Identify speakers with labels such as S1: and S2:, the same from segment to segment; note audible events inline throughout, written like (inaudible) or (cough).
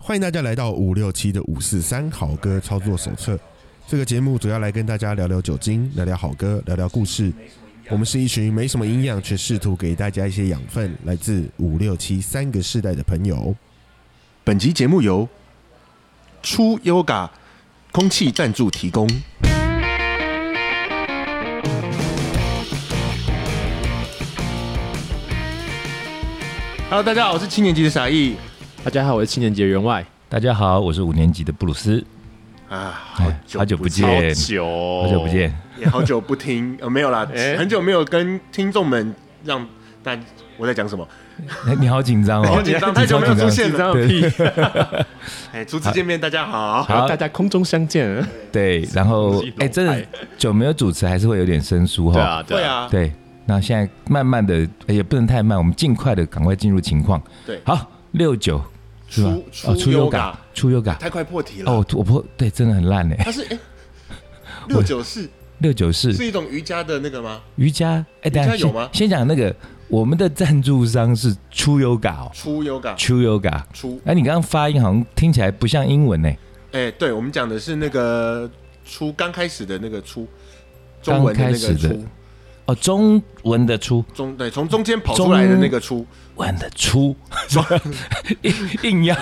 S1: 欢迎大家来到五六七的五四三好歌操作手册。这个节目主要来跟大家聊聊酒精，聊聊好歌，聊聊故事。我们是一群没什么营养，却试图给大家一些养分，来自五六七三个世代的朋友。本集节目由出 Yoga 空气赞助提供。Hello，大家好，我是七年级的傻义
S2: 大家好，我是七年级的员外。
S3: 大家好，我是五年级的布鲁斯，
S1: 啊，
S3: 哎好久不见，
S2: 久、
S3: 好久不。见，
S1: 也好久不听， (laughs) 呃，没有啦，
S2: 哎
S1: 很久没有跟听众们让但我在讲什么？
S3: 哎你好紧张
S1: (laughs)
S3: 哦，
S1: 好紧张，太久没有出现了。
S3: 对
S1: 哎，初次见面，大家好。
S2: 然后
S3: 好
S2: 大家空中相见。
S3: 对，然后哎，真的久没有主持，还是会有点生疏哈、
S2: 对啊，
S1: 对
S2: 对啊。
S1: 啊，
S3: 对，那现在慢慢的哎也不能太慢，我们尽快的赶快进入情况。
S1: 对
S3: 好，六九是吧？
S1: 出
S3: 哦
S1: 出 yoga
S3: 出 yoga，
S1: 太快破题了。
S3: 哦，我破对，真的很烂哎。
S1: 它是哎，六九四
S3: 六九是
S1: 是一种瑜伽的那个吗？
S3: 瑜伽，哎，等一下
S1: 瑜伽有吗
S3: 先先讲那个，我们的赞助商是出 yoga，哦
S1: 出 yoga
S3: 出 yoga。
S1: 出
S3: 哎，你刚刚发音好像听起来不像英文呢。
S1: 哎，对我们讲的是那个出刚开始的那个出，中
S3: 刚
S1: 文的
S3: 开
S1: 那
S3: 始
S1: 个
S3: 的
S1: 出
S3: 哦，中文的出，
S1: 中对从中间跑出来的那个出，
S3: 文的
S1: (laughs)
S3: 出，硬硬要，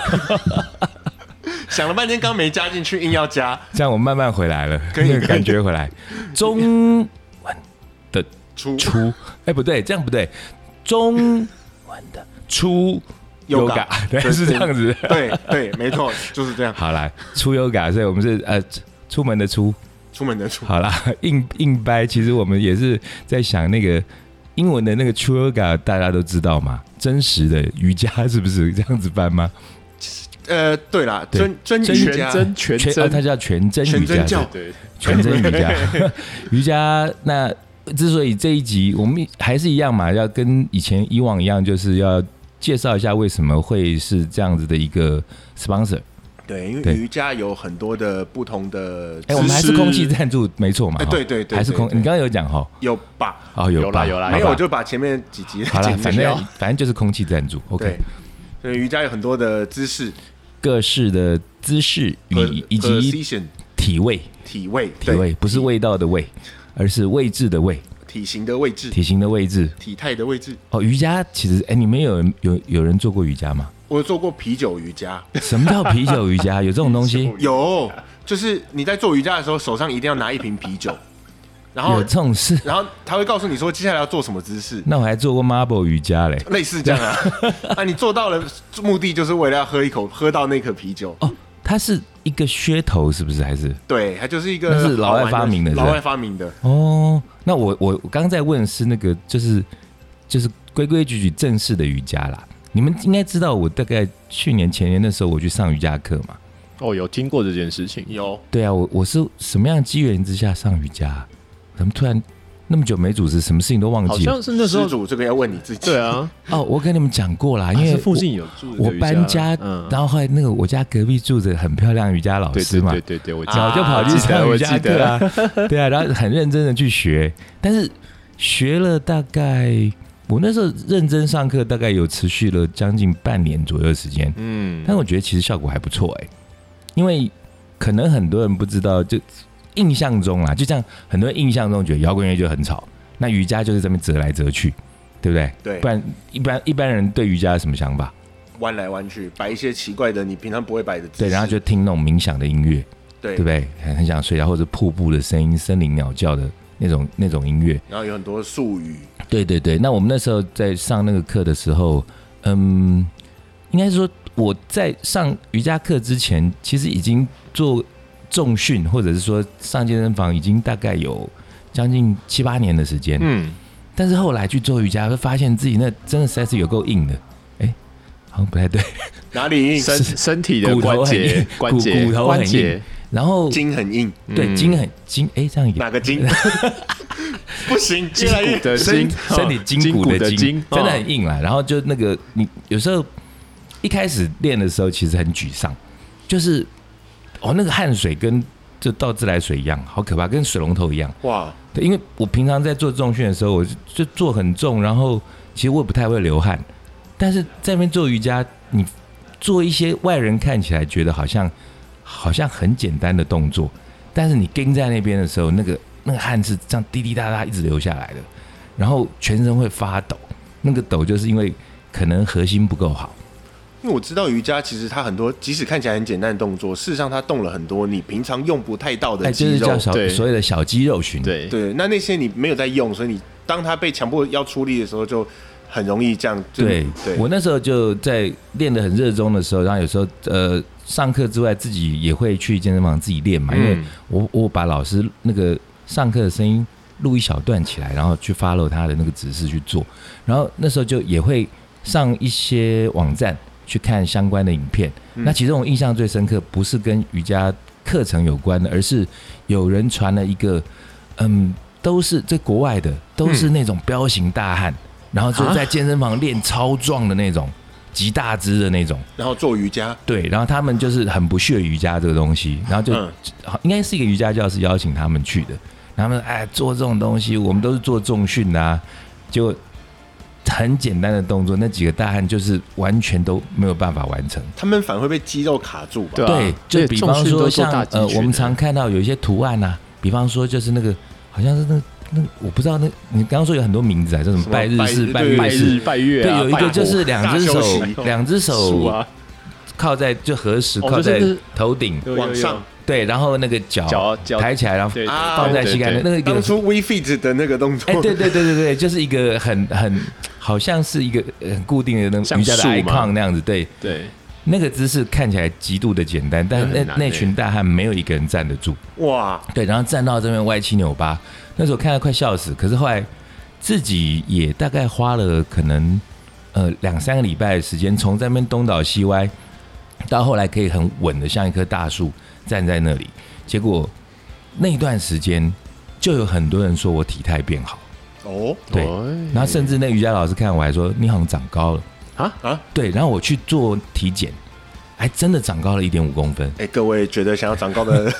S1: 想了半天刚没加进去，硬要加
S3: 这样我慢慢回来了，
S1: 可以
S3: 那 (laughs) 个感觉回来，中文的
S1: 出
S3: 出，哎，不对，这样不对，中文的出
S1: Yoga，
S3: 对，
S1: 对
S3: 是这样子。
S1: 对对，没错，就是这样。
S3: 好啦，出 yoga，所以我们是呃出门的出，
S1: 出门的出，
S3: 好啦， (laughs) 硬硬掰，其实我们也是在想那个。英文的那个 t r u g a 大家都知道嘛，真实的瑜伽是不是这样子翻吗？
S1: 呃，对啦，
S3: 对
S1: 真真
S3: 真
S1: 瑜
S2: 全
S1: 伽
S2: 真全
S3: 哦
S2: 真，
S3: 它叫全真
S1: 全
S3: 瑜伽
S1: 真教
S3: 对
S2: 对，
S3: 全真瑜
S1: (laughs)
S3: 伽，瑜伽那之所以这一集我们还是一样嘛，要跟以前以往一样，就是要介绍一下为什么会是这样子的一个 sponsor。
S1: 对，因为
S3: 对
S1: 瑜伽有很多的不同的姿势，
S3: 哎、我们还是空气赞助，没错嘛？
S1: 哎
S3: 哈
S1: 对对对
S3: 还是空。
S1: 对对
S3: 你刚刚有讲哈？
S1: 有吧？
S3: 哦，
S2: 有啦
S3: 吧
S2: 有啦
S3: 好吧
S1: 没有，我就把前面几集
S3: 好了，
S1: 剪
S3: 反
S1: 掉
S3: 正反正就是空气赞助。
S1: 对
S3: OK，。
S1: 所以瑜伽有很多的姿势，
S3: 各式的姿势与
S1: p e
S3: 以
S1: r c e
S3: 及
S1: i s i o n
S3: 体味，
S1: 体位，
S3: 体
S1: 对，嗯
S3: 味不是味道的味，而是位置的位，
S1: 体型的位置，
S3: 体型的位置。
S1: 体态的位置。
S3: 哦，瑜伽其实，哎、你们有人有有人做过瑜伽吗？
S1: 我有做过啤酒瑜伽，
S3: 什么叫啤酒瑜伽？有这种
S2: (laughs)
S3: 东西？
S1: 有，就是你在做瑜伽的时候，手上一定要拿一瓶啤酒，然
S3: 有
S1: 后
S3: 这种事？
S1: 然后他会告诉你说接下来要做什么姿势，
S3: 那我还做过 marble 瑜伽嘞。
S1: 类似这样
S3: (laughs)
S1: 啊。啊，你做到了目的就是为了要喝一口，喝到那颗啤酒。
S3: 哦，它是一个噱头，是不是？还是？
S1: 对，它就是一个
S3: 那是老外
S1: 好玩
S3: 发明的是吧
S1: 老外发明的。
S3: 哦，那我我我刚刚在问是那个，就是就是规规矩矩正式的瑜伽啦。你们应该知道，我大概去年前年的时候，我去上瑜伽课嘛。
S2: 哦，有听过这件事情，
S1: 有
S3: 对啊，我我是什么样的机缘之下上瑜伽、啊怎么突然那么久没主持，什么事情都忘
S2: 好
S3: 记了？
S2: 像是那时
S1: 施
S2: 候。
S1: 主这个要问你自己。
S2: 对，啊，
S3: 哦，我跟你们讲过啦，因
S2: 啊
S3: 为
S2: 是附
S3: 我
S2: 近有住
S3: 我
S2: 的瑜
S3: 搬家，
S2: 嗯，
S3: 然后后来那个我家隔壁住着很漂亮瑜伽老
S2: 对
S3: 师
S2: 对
S3: 嘛，啊
S2: 对对对，我
S3: 早就跑去上瑜伽课
S2: 啊
S3: 啊， (laughs) 对啊，然后很认真的去学，但是学了大概我那时候认真上课，大概有持续了将近半年左右的时间，
S2: 嗯，
S3: 但我觉得其实效果还不错哎、因为可能很多人不知道，就印象中啦，就像很多人印象中觉得摇滚乐就很吵，那瑜伽就是这么折来折去，对不对？
S1: 对
S3: 不然一般一般人对瑜伽有什么想法？
S1: 弯来弯去，摆一些奇怪的你平常不会摆的姿势。
S3: 对，然后就听那种冥想的音乐，
S1: 对
S3: 对不对？很很想睡觉，或者瀑布的声音、森林鸟叫的那种那种音乐。
S1: 然后有很多术语，
S3: 对对对，那我们那时候在上那个课的时候，嗯，应该是说我在上瑜伽课之前，其实已经做重训，或者是说上健身房，已经大概有将近七八年的时间。
S2: 嗯，
S3: 但是后来去做瑜伽，会发现自己那真的实在是有够硬的。哎，好像不太对，
S1: 哪里硬，
S2: 身
S3: 是
S2: 身体的
S3: 骨头
S2: 关
S3: 很
S2: 节
S3: 硬
S2: 关节
S3: 骨骨头很硬
S2: 关节，
S3: 然后
S1: 筋很硬，
S3: 对
S2: 嗯
S3: 筋很筋，哎，这样也
S1: 哪个筋？ (laughs) 不行，
S2: 筋
S1: 越来越
S2: 骨的
S3: 身
S2: 筋，哦
S3: 身体哦筋哦骨的筋，真的很硬啊啦。然后就那个你有时候一开始练的时候，其实很沮丧，就是哦那个汗水跟就倒自来水一样，好可怕，跟水龙头一样。
S1: 哇，
S3: 对，因为我平常在做重训的时候，我就就做很重，然后其实我也不太会流汗，但是在那边做瑜伽，你做一些外人看起来觉得好像好像很简单的动作，但是你跟在那边的时候，那个那个汗是这样滴滴答答一直流下来的，然后全身会发抖，那个抖就是因为可能核心不够好。
S1: 因为我知道瑜伽其实它很多，即使看起来很简单的动作，事实上它动了很多你平常用不太到的
S3: 哎，就
S1: 肌
S3: 是
S1: 肉。
S3: 叫小
S2: 对
S3: 所谓的小肌肉群，，
S2: 对，
S1: 对，那那些你没有在用，所以你当他被强迫要出力的时候，就很容易这样。就
S3: 对，
S1: 对，
S3: 我那时候就在练得很热衷的时候，然后有时候呃上课之外，自己也会去健身房自己练嘛，因为
S2: 嗯
S3: 我我把老师那个上课的声音录一小段起来，然后去 follow 他的那个指示去做，然后那时候就也会上一些网站去看相关的影片。
S1: 嗯
S3: 那其中我印象最深刻，不是跟瑜伽课程有关的，而是有人传了一个，嗯，都是在国外的，都是
S1: 嗯
S3: 那种彪形大汉，然后就在健身房练超壮的那种，极大只的那种。
S1: 然后做瑜伽，
S3: 对，然后他们就是很不屑瑜伽这个东西，然后就、
S1: 嗯
S3: 好应该是一个瑜伽教室邀请他们去的，然后他们说哎做这种东西，我们都是做重训的、啊，就很简单的动作，那几个大汉就是完全都没有办法完成。
S1: 他们反而会被肌肉卡住吧？
S2: 对啊
S3: 对，就比方说像呃，我们常看到有一些图案啊，比方说就是那个好像是那那我不知道那你刚刚说有很多名字啊，叫什么
S1: 什么
S3: 拜日
S1: 拜
S3: 式、
S1: 日
S3: 拜
S1: 对
S2: 拜
S3: 月式
S2: 日、，拜月
S3: 对，
S2: 啊，
S3: 有一
S2: 拜
S3: 个
S2: 火
S3: 就是两只
S1: 大休
S3: 手
S1: 息，
S3: 两只
S2: 树
S3: 手
S2: 啊，
S3: 靠在就合十
S2: 哦
S3: 靠
S2: 就
S3: 在
S2: 是那
S3: 头顶，
S2: 有有
S1: 往
S2: 有
S1: 上
S3: 对，然后那个脚
S2: 脚脚
S3: 抬起来，然后
S2: 对
S1: 啊
S3: 放在膝盖
S2: 对对
S3: 那那个有
S1: 当初 We Fit 的那个动作，
S3: 哎，对对对对对，就是一个很很好像是一个呃很固定的那种
S2: 像
S3: 瑜伽的
S2: 树嘛
S3: icon 那样子，对，
S2: 对
S3: 那个姿势看起来极度的简单，但
S2: 那
S3: 那
S2: 很难
S3: 那
S2: 欸
S3: 群大汉没有一个人站得住，
S1: 哇，
S3: 对，然后站到这边歪七扭八，那时候看到快笑死。可是后来自己也大概花了可能呃两三个礼拜的时间，从这边东倒西歪，到后来可以很稳的像一棵大树站在那里。结果那段时间就有很多人说我体态变好，
S1: 哦，
S3: 对
S2: 哦
S3: 然后甚至那瑜伽老师看我还说你好像长高了
S2: 啊
S1: 啊，
S3: 对，然后我去做体检，还真的长高了一点五公分。
S1: 哎，各位觉得想要长高
S3: (laughs)
S1: 的，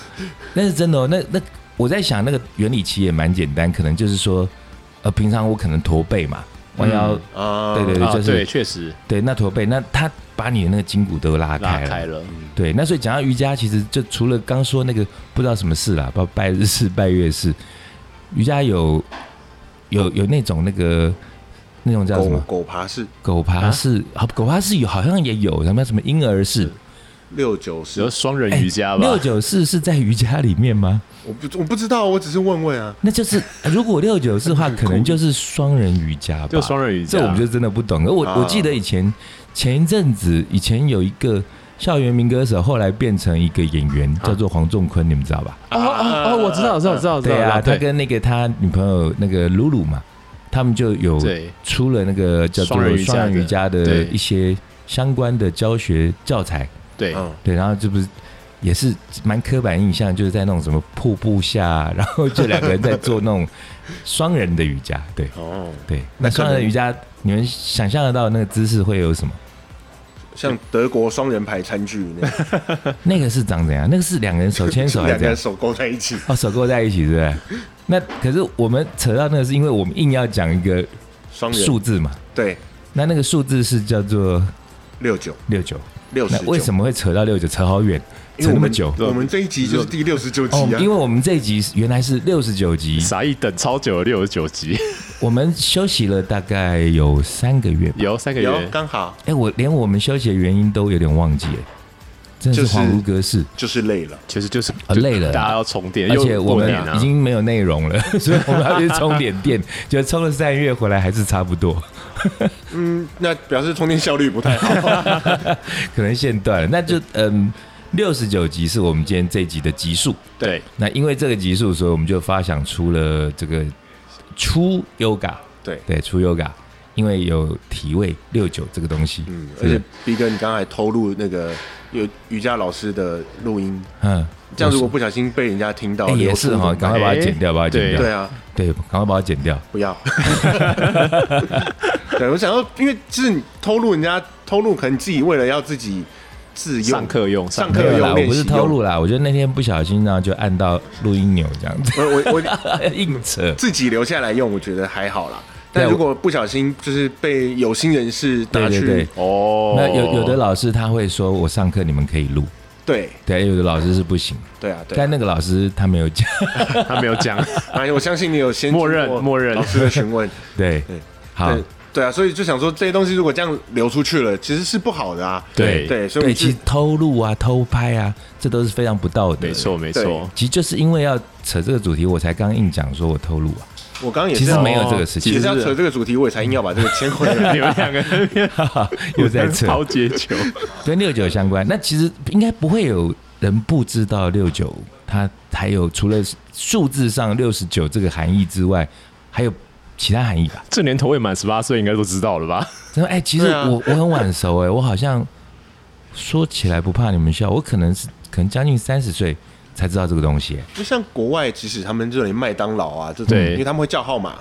S3: 那是真的哦。那那我在想，那个原理其实也蛮简单，可能就是说，呃，平常我可能驼背嘛，
S2: 嗯
S3: 弯腰，
S1: 啊，
S3: 对对对，
S2: 啊，
S3: 就是
S2: 对，确实
S3: 对那驼背，那他把你的那个筋骨都拉
S2: 拉
S3: 开了。
S2: 开了，嗯
S3: 对，那所以讲到瑜伽，其实就除了刚说那个不知道什么事啦，包括拜日式、拜月式，瑜伽有有有那种那个那种叫什
S1: 狗
S3: 么
S1: 狗爬式
S3: 狗
S2: 啊
S3: 爬式，好、狗爬式有好像也有什么什么婴儿式，哎
S1: 六九
S2: 只有
S1: 式，
S2: 双人瑜伽吧
S3: 六，九式是在瑜伽里面吗？
S1: 我不我不知道，我只是问问啊，
S2: (laughs)
S3: 那就是如果六九式的话，可能就是双人瑜伽吧。
S2: 就双人瑜伽，
S3: 这我们就真的不懂。我
S1: 啊
S3: 我记得以前前一阵子，以前有一个校园民歌手，后来变成一个演员，
S2: 啊
S3: 叫做黄仲坤，你们知道吧？
S2: 哦哦哦，我知道，我知道，我知道，我知道
S3: 对啊，他
S2: 对
S3: 跟那个他女朋友那个露露嘛，他们就有
S2: 对
S3: 出了那个叫做
S2: 双人瑜伽的
S3: 双人瑜伽的
S2: 对
S3: 一些相关的教学教材。
S2: 对
S1: 嗯，
S3: 对，然后这不是也是蛮刻板印象，就是在那种什么瀑布下，然后就两个人在做那种双人的瑜伽，对
S1: 哦，
S3: 对。那
S1: 可
S3: 双
S1: 能
S3: 人瑜伽，你们想象得到那个姿势会有什么？
S1: 像德国双人牌餐具那样，
S3: 那个是长怎样？那个是两个人
S1: (laughs)
S3: 手牵手还
S1: 两
S3: 是
S1: 个人
S3: 怎样？
S1: 手勾在一起，
S3: 哦，手勾在一起，对不对？那可是我们扯到那个，是因为我们硬要讲一个
S1: 双人
S3: 数字嘛？
S1: 对
S3: 那那个数字是叫做
S1: 六九
S3: 六九，
S1: 六
S3: 那
S1: 十，
S3: 为什么会扯到六九？扯好远，
S1: 因
S3: 扯
S1: 为
S3: 那
S1: 我
S3: 么
S1: 们
S3: 久。
S1: 我们这一集就是第六十九集
S3: 哦，
S1: 啊
S3: 因为，我们这一集原来是六十九集，
S2: 傻一等超久了，六十九集，
S3: 我们休息了大概有三个月吧。
S2: 有三个
S1: 有
S2: 月，
S1: 刚好
S3: 哎、我连我们休息的原因都有点忘记了，真的
S1: 就是是
S3: 恍如隔世。
S1: 就是累了，
S2: 其实就是
S3: 啊
S2: 就
S3: 累了
S2: 大家要充电，
S3: 而
S2: 又
S3: 且我
S2: 过
S3: 们
S2: 年啊
S3: 已经没有内容了， (laughs) 所以我们要去充点电，就充了三个月回来还是差不多， (laughs)
S1: 嗯，那表示充电效率不太好，
S3: 可能线断了。那就嗯，六十九集是我们今天这一集的集数。
S2: 对
S3: 那因为这个集数，所以我们就发想出了这个出 yoga，
S1: 对
S3: 对，出 yoga，因为有体位六九这个东西，
S1: 嗯
S3: 嗯，，
S1: 而且逼哥你刚才偷录那个有瑜伽老师的录音，
S3: 嗯，
S1: 这样如果不小心被人家听到，
S3: 哎也
S1: 流出
S3: 是哈，
S1: 怎么办
S3: 赶快把它剪掉，把它剪
S2: 对
S3: 掉，
S1: 对啊，
S3: 对，赶快把它剪掉。
S1: 不要。 (laughs) 对，我想要，因为就是你偷录人家偷录，可能自己为了要自己自用
S2: 上，课用
S1: 上课
S3: 没有啦，
S1: 有
S3: 啊我
S1: 练习
S3: 不是偷录啦，我觉得那天不小心呢就按到录音钮这样子，
S1: 我我我
S3: (laughs) 硬扯。
S1: 自己留下来用，我觉得还好啦。但
S3: 对啊
S1: 如果不小心就是被有心人士拿
S3: 对
S1: 去，
S3: 对对。
S2: 哦，
S3: 那有有的老师他会说，我上课你们可以录，
S1: 对
S3: 对，哎有的老师是不行，
S1: 对啊，对啊
S3: 但那个老师他没有
S1: (laughs)
S3: 讲，
S2: 他没有讲，
S1: 哎，我相信你有先
S2: 默认
S1: 经过
S2: 默认
S1: 老师的询
S2: (laughs)
S1: 问，
S3: 对
S1: 对，
S3: 好
S1: 对，对啊，所以就想说这些东西如果这样流出去了，其实是不好的啊。
S2: 对
S1: 对，所以我
S3: 对，
S1: 们
S3: 其实
S1: 是
S3: 偷录啊、偷拍啊，这都是非常不道德。
S2: 没，错没错，
S3: 其实就是因为要扯这个主题，我才刚硬讲说我偷录啊，
S1: 我刚刚也
S3: 其
S1: 是
S3: 实
S1: 要
S3: 没有这个事
S1: 也
S3: 情
S1: 是，要扯这个主题，我也才硬要把这个牵回来。
S2: (laughs) 你们两个在那边
S3: (laughs) 又在扯，
S2: 抛接球，
S3: 跟六九相关。那其实应该不会有人不知道六九，它还有除了数字上六十九这个含义之外，还有其他含义吧？
S2: 这年头未满十八岁应该都知道了吧？
S3: 然后哎，其实
S1: 对啊
S3: 我、我很晚熟哎、我好像说起来不怕你们笑，我可能是可能将近三十岁才知道这个东西、哎
S1: 就像国外，即使他们这里麦当劳啊这种，
S2: 对
S1: 因为他们会叫号码，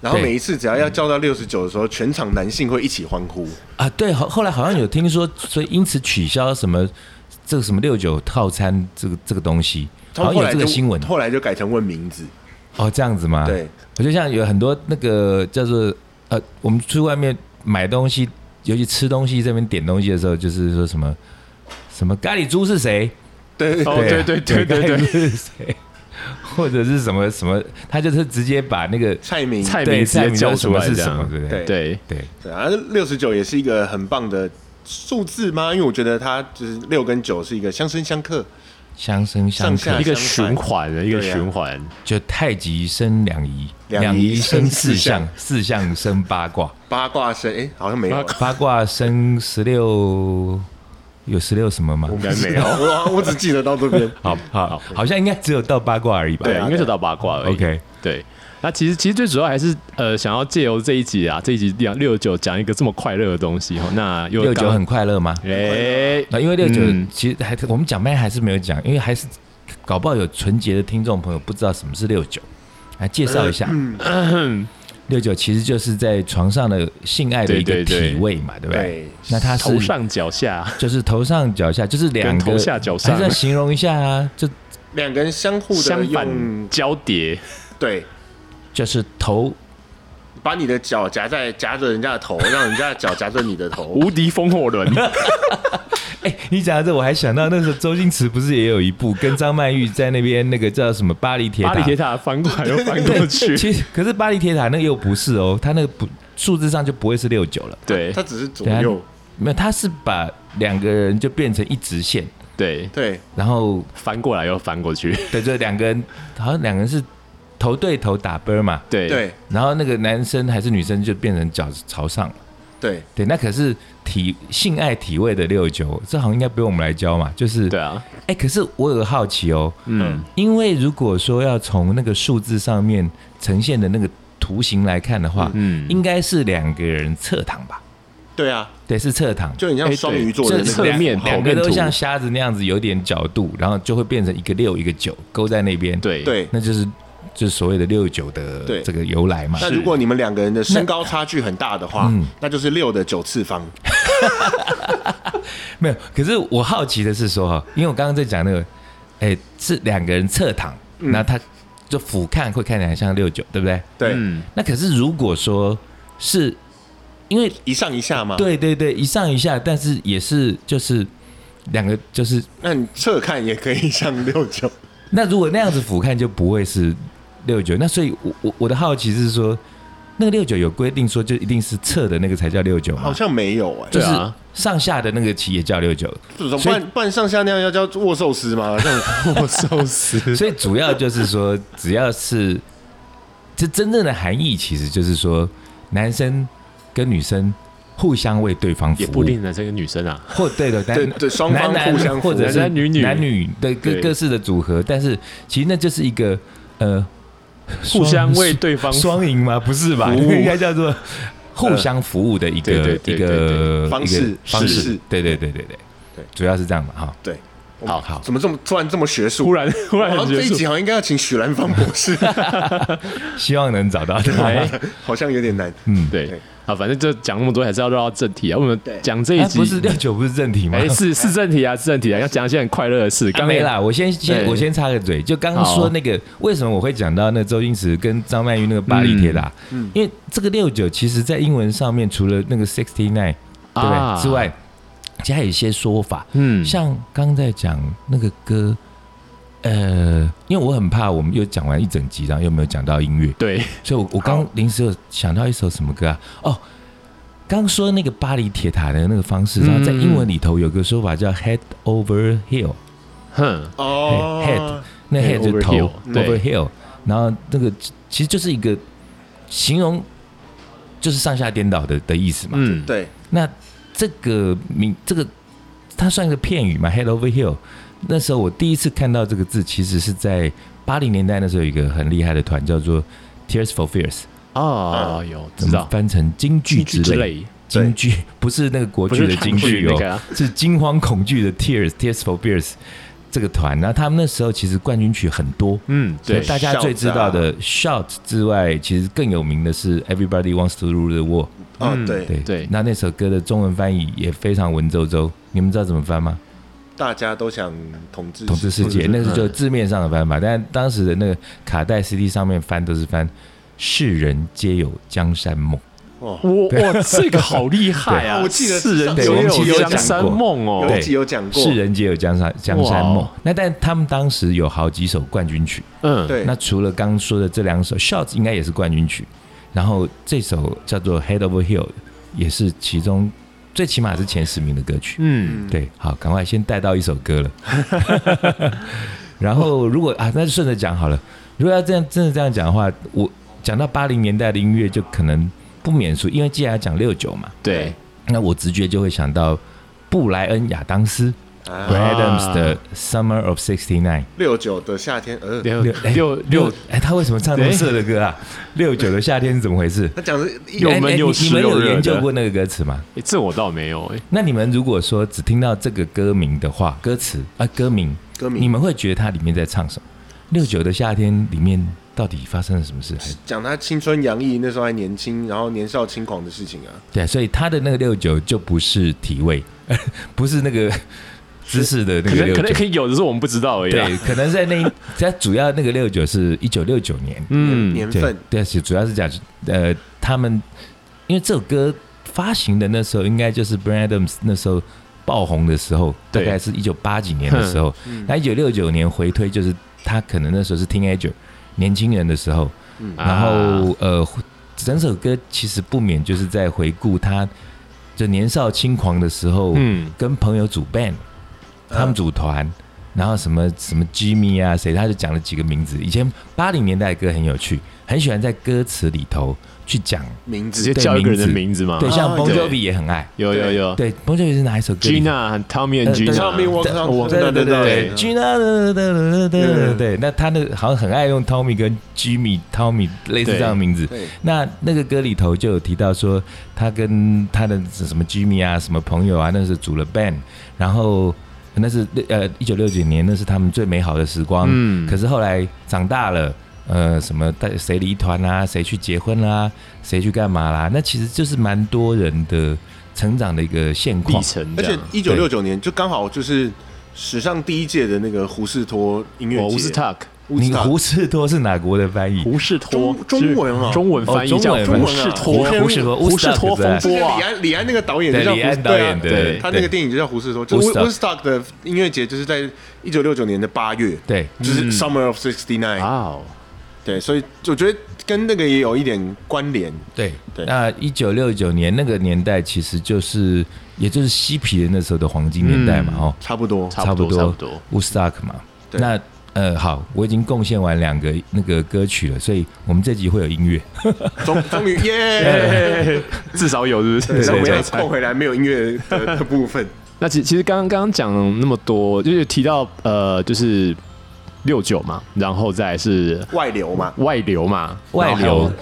S1: 然后
S3: 对
S1: 每一次只要要叫到六十九的时候，全场男性会一起欢呼。
S3: 啊，对，后后来好像有听说，所以因此取消什么这个什么六九套餐这个这个东西，
S1: 他
S3: 好
S1: 们后
S3: 像有
S1: 来
S3: 这
S1: 就
S3: 个新闻
S1: 后来就改成问名字。
S3: 哦，这样子吗？
S1: 对，
S3: 我就像有很多那个叫做呃，我们去外面买东西，尤其吃东西这边点东西的时候，就是说什么什么咖喱猪是谁？
S1: 对对
S2: 哦
S1: 对
S2: 对
S3: 啊
S2: 对对
S3: 咖喱
S2: 对
S3: 猪是谁？或者是什么什么，他就是直接把那个
S1: 蔡明，
S2: 蔡
S3: 对
S2: 明直
S3: 菜
S2: 接
S3: 名
S2: 叫
S3: 叫什
S2: 出
S3: 么
S2: 来
S3: 是
S2: 这
S3: 什么，
S2: 样，
S3: 对不
S1: 对
S3: 对？
S2: 对，
S3: 对
S1: 对啊，六十九也是一个很棒的数字吗？因为我觉得它就是六跟九是一个相生相克。
S3: 相生
S1: 上
S3: 相
S1: 下
S3: 克
S2: 一，个循环一个
S1: 对啊
S2: 循环，
S3: 就太极生两仪，
S1: 两仪
S3: 生
S1: 生
S3: 四
S1: 四
S3: 象
S1: 象，
S3: 四象生八卦，
S1: 八卦生，哎、好像没 (laughs) 有啊，
S3: 八卦生十六，有十六什么吗？
S2: 应该没有，
S1: 我我只记得到这边。
S3: 好好，好像应该只有到八卦而已吧？
S2: 对，
S1: 啊
S2: 应该是到八卦而已。
S3: OK
S2: 对。那其实其实最主要还是呃，想要借由这一集啊，这一集两六九讲一个这么快乐的东西哦。那又
S3: 六九
S2: 刚
S3: 很快乐啊吗？
S2: 哎，
S3: 那因为六九
S2: 嗯
S3: 其实还我们讲麦还是没有讲，因为还是搞不好有纯洁的听众朋友不知道什么是六九，来介绍一下。
S2: 呃
S3: 六九其实就是在床上的性爱的一
S2: 嗯
S3: 个
S2: 对对对
S3: 体位嘛，对不对
S1: 对？
S3: 那它是
S2: 头上脚下，
S3: 就是头上脚下，就是两
S2: 跟
S3: 个
S2: 头下脚上
S3: 还是要形容一下啊，就
S1: (laughs) 两个人相互的
S2: 相
S1: 用
S2: 反，交叠，
S1: 对，
S3: 就是头
S1: 把你的脚夹在夹着人家的头，让人家的脚夹着你的头。
S2: 无敌风火轮。
S3: 哎、你讲到这，我还想到那时候周星驰不是也有一部跟张曼玉在那边那个叫什么巴黎铁塔？
S2: 巴黎铁塔翻过来又翻过
S3: 对，
S2: 去，
S3: (laughs) 其实可是巴黎铁塔那个又不是哦，它那个不数字上就不会是六九了，
S2: (laughs) 对
S1: 他只是左
S3: 对啊
S1: 右，
S3: 没有，它是把两个人就变成一直线，
S2: 对，
S1: 对，
S3: 然后
S2: 翻过来又翻过去，
S3: 对，就两个人好像两个人是头对头打啵儿嘛，
S2: 对
S1: 对，
S3: 然后那个男生还是女生就变成脚朝上了。
S1: 对，
S3: 对，那可是体性爱体位的六九，这好像应该不用我们来教嘛，就是
S2: 对啊，
S3: 哎、可是我有个好奇哦，
S2: 嗯，
S3: 因为如果说要从那个数字上面呈现的那个图形来看的话，
S2: 嗯
S3: 应该是两个人侧躺吧？
S1: 对啊，
S3: 对，是侧躺，
S1: 就很像
S2: 哎
S1: 双
S2: 对
S1: 鱼座的那
S2: 这
S1: 个
S2: 侧面
S1: 符号
S3: 两
S2: 头
S3: 个
S2: 面
S3: 都
S2: 图
S3: 像瞎子那样子有点角度，然后就会变成一个六一个九勾在那边，，
S2: 对
S1: 对。
S3: 那就是就是所谓的六九的
S1: 对
S3: 这个由来嘛。
S1: 那
S2: 是
S1: 如果你们两个人的身高差距很大的话
S3: 嗯，
S1: 那就是六的九次方。
S3: 没有，可是我好奇的是说哈，因为我刚刚在讲那个，哎，是两个人侧躺，那他就俯瞰会看起来像六九，对不对？
S1: 对，
S2: 嗯，
S3: 那可是如果说是因为
S1: 一上一下嘛。，
S3: 对对对，一上一下，但是也是就是两个就是，
S1: 那你侧看也可以像六九。
S3: 那如果那样子俯瞰就不会是六九，那所以我我我的好奇是说，那个六九有规定说就一定是侧的那个才叫六九
S1: 好
S3: 吗？
S1: 像没有哎、
S3: 就
S2: 对
S3: 是
S2: 啊
S3: 上下的那个棋也叫六
S2: (laughs)
S3: 九，
S1: 这种不然不然上下那样要叫握寿司吗？这样
S2: 我寿司，
S3: 所以主要就是说，只要是这真正的含义，其实就是说男生跟女生互相为对方服
S2: 也不
S3: 务
S2: 一，定男生跟女生啊，
S3: 或对的，
S1: 对
S3: 男
S1: 对，双方
S3: 男男
S1: 互相
S3: 或者是
S2: 男男女女
S3: 男女的各
S2: 对
S3: 各式的组合，但是其实那就是一个呃
S2: 互相为
S3: 双
S2: 对方
S3: 双赢吗？不是吧？
S2: 服务
S3: (laughs)
S2: 呃
S3: 应该叫做互相服务的一个
S2: 对对
S3: 一
S2: 对对对
S3: 个
S1: 方
S3: 一个
S1: 式
S3: 方
S1: 是
S3: 式
S1: 是，
S3: 对对对对对
S1: 对，
S3: 主要是这样嘛哈。
S1: 对，我们
S3: 好好，
S1: 啊怎么这么突然这么学术？
S2: 忽然忽然
S1: 好
S2: 很
S1: 像这
S2: 结
S1: 一
S2: 束
S1: 集，好像应该要请许兰芳博士，
S3: 希望能找到他。
S2: 哎，
S3: (laughs)
S1: 好像有点难。
S3: 嗯，
S2: 对
S1: 对
S2: 啊，反正就讲那么多，还是要绕到正题啊。我们
S1: 对
S2: 讲这一
S3: 哎
S2: 集
S3: 不是六九不是正
S2: (laughs)
S3: 题吗？
S2: 哎，
S3: (laughs)
S2: 是是正题啊，是正题啊，要讲一些很快乐的事。
S3: 啊、
S2: 刚
S3: 没
S2: 才
S3: 啦，我先先
S2: 对
S3: 我先插个嘴，就刚刚
S2: 好
S3: 说那个为什么我会讲到那周星驰跟张曼玉那个巴黎铁塔、
S2: 嗯
S3: 因为这个六九其实在英文上面除了那个 sixty nine 对不对、
S2: 啊
S3: 之外，其实还有一些说法，
S2: 嗯，
S3: 像刚在讲那个歌，呃，因为我很怕我们又讲完一整集，然后又没有讲到音乐，
S2: 对，
S3: 所以我我刚临时有想到一首什么歌啊？哦，刚说那个巴黎铁塔的那个方式，然后在
S2: 嗯
S3: 英文里头有个说法叫 head over heel。
S2: 哼，
S1: 哦
S3: Head 那 head 就是
S2: Over
S3: 头
S2: heel，对哎
S3: over hill，然后那个其实就是一个形容，就是上下颠倒的的意思嘛。
S2: 嗯，
S1: 对，
S3: 那这个名这个它算个片语嘛，head over hill。那时候我第一次看到这个字，其实是在八零年代那时候有一个很厉害的团叫做 Tears for Fears，
S2: 哦，有
S3: 怎
S2: 知
S3: 么
S2: 道
S3: 翻成京剧嗯之
S2: 之
S3: 类？
S2: 类，
S3: 京剧不是那个国
S2: 不
S3: 剧
S2: 是
S3: 的
S2: 唱
S3: 京
S2: 剧
S3: 剧
S2: 那
S3: 哦，
S2: 个啊，
S3: (laughs) 是惊慌恐惧的 Tears Tears for Fears 这个团。然后他们那时候其实冠军曲很多，
S2: 嗯，
S3: 所
S2: 对
S3: 以，大家最知道的 Shout 之外，其实更有名的是 Everybody Wants to Rule the World。
S1: 哦
S2: 嗯
S1: 对，
S3: 对
S2: 对
S3: 那那首歌的中文翻译也非常文绉绉。你们知道怎么翻吗？
S1: 大家都想统治
S3: 统治世界，那是就
S2: 嗯
S3: 字面上的翻法，但当时的那个卡带 CD 上面翻都是翻“世人皆有江山梦
S1: 哦，
S2: 我哇，这个好厉害啊！
S1: 对我记得
S2: 世人
S1: 对
S2: 皆
S1: 我们记得有
S2: 有江
S1: 讲
S2: 山
S3: 过
S2: 梦哦，
S1: 有
S3: 对
S1: 一集有讲”，过，
S3: 世人皆有江山江山梦
S2: 哇。
S3: 那但他们当时有好几首冠军曲，
S2: 嗯，
S1: 对，
S3: 那除了刚刚说的这两首，Shots 应该也是冠军曲，然后这首叫做 Head Over Hill 也是其中最起码是前十名的歌曲。
S2: 嗯，
S3: 对，好，赶快先带到一首歌了。 (laughs) 然后如果啊，那就顺着讲好了。如果要这样真的这样讲的话，我讲到八零年代的音乐就可能不免俗，因为既然要讲六九嘛，
S2: 对，
S3: 那我直觉就会想到布莱恩亚当斯
S1: 啊，
S2: 啊
S3: Adams 的 Summer of '69。
S1: 六九的夏天，呃，
S2: 六
S3: 六哎
S2: 六
S3: 六
S2: 六，
S3: 哎，他为什么唱那么色的歌啊？六九的夏天是怎么回事？
S1: 他讲的是一
S2: 又
S3: 哎
S2: 闷
S3: 哎
S2: 又
S3: 你
S2: 湿
S3: 你们
S2: 又
S3: (laughs) 有
S2: 热
S3: 研究
S2: 的
S3: 过那个歌词吗？
S2: 诶这我倒没有，哎，
S3: 那你们如果说只听到这个歌名的话，歌词啊歌名，
S1: 歌
S3: 你
S1: 名，
S3: 们会觉得它里面在唱什么？六九的夏天里面到底发生了什么事？还
S1: 讲他青春洋溢，那时候还年轻，然后年少轻狂的事情啊，
S3: 对啊，所以他的那个六九就不是体味， (laughs) 不是那个姿势的那
S2: 可
S3: 个
S2: 能
S3: 六
S2: 可能
S3: 九
S2: 可。以有的是我们不知道而已啦，
S3: 对，可能在那一， (laughs) 它主要那个六九是一九六九年，
S2: 嗯，
S1: 年
S3: 对
S1: 份，
S3: 对，是主要是讲呃，他们因为这首歌发行的那时候，应该就是 Brian Adams 那时候爆红的时候，大
S2: 对
S3: 概是一九八几年的时候。那一九六九年回推，就是他可能那时候是 teenager 年轻人的时候，
S2: 啊
S3: 然后、呃，整首歌其实不免就是在回顾他就年少轻狂的时候，
S2: 嗯
S3: 跟朋友组 band，他们组团。然后什么什么 Jimmy 啊，谁他就讲了几个名字。以前八零年代的歌很有趣，很喜欢在歌词里头去讲。
S1: 名
S2: 直
S1: 字
S2: 接叫一个人的名字嘛，
S3: 对，像
S1: 哦
S3: Bon
S1: 对
S3: Jovi 也很爱。
S2: 有有有
S3: 对，Bon Jovi 是哪一首歌里头？
S2: ，Gina 和 Tommy 和
S3: 呃对
S2: Gina，
S1: Tommy Walker
S3: 对
S1: Hancock，
S3: 对对
S1: 对
S3: 对
S1: 对
S3: ，Gina 对对对对对，那他那好像很爱用 Tommy 跟 Jimmy、Tommy 类似这样的名字。
S1: 对，
S3: 那那个歌里头就有提到说，他跟他的什么 Jimmy 啊、什么朋友啊，那是组了 band，然后那是呃一九六九年，那是他们最美好的时光。
S2: 嗯
S3: 可是后来长大了，呃，什么带谁离团啊，谁去结婚啦、谁去干嘛啦、那其实就是蛮多人的成长的一个现
S2: 历
S3: 况。
S2: 程
S1: 而
S2: 这
S1: 且
S2: 样，
S1: 一九六九年就刚好就是史上第一届的那个胡士托音乐
S2: 我
S1: 节，
S2: 吴是 Tuck，
S1: 胡士
S3: 你
S1: 托
S3: 胡士托是哪国的翻译？
S2: 胡适托
S1: 中中文啊
S2: 是中文翻译
S3: 哦中
S2: 叫
S3: 文
S2: 胡适
S1: 中
S2: 托
S1: 文啊，
S3: 胡适托
S2: 胡适托
S3: 胡适托
S2: 风
S1: 之前
S2: 波啊
S1: 李，安李安那个导演就
S3: 对
S1: 叫胡
S3: 李安导演的，
S1: 对啊
S2: 对
S1: 他那个
S3: 对
S1: 电影就叫胡适托，就是
S3: Woodstock
S1: Woodstock 的音乐节就是在一九六九年的八月，
S3: 对
S1: 就是 Summer of '69，、
S2: 哇哦，
S1: 对，所以我觉得跟那个也有一点关联，
S3: 对
S1: 对
S3: 那一九六九年那个年代，其实就是也就是嬉皮的那时候的黄金年代嘛，
S2: 嗯
S3: 哦，
S1: 差不多。
S2: 差不多差
S3: 差
S2: 不
S3: 不
S2: 多
S3: 多 Woodstock 嘛。
S1: 对
S3: 那呃，好，我已经贡献完两个那个歌曲了，所以我们这集会有音乐。
S1: 终终于耶！
S2: 哎至少有是不
S1: 对
S2: 是？
S1: 那我们要
S2: 对对
S1: 扣回来没有音乐的的部分，
S2: 那其其实刚刚刚刚讲那么多，就是提到呃，就是六九嘛，然后再来是
S1: 外流嘛，
S2: 外流嘛，
S3: 外
S2: 然后
S3: 流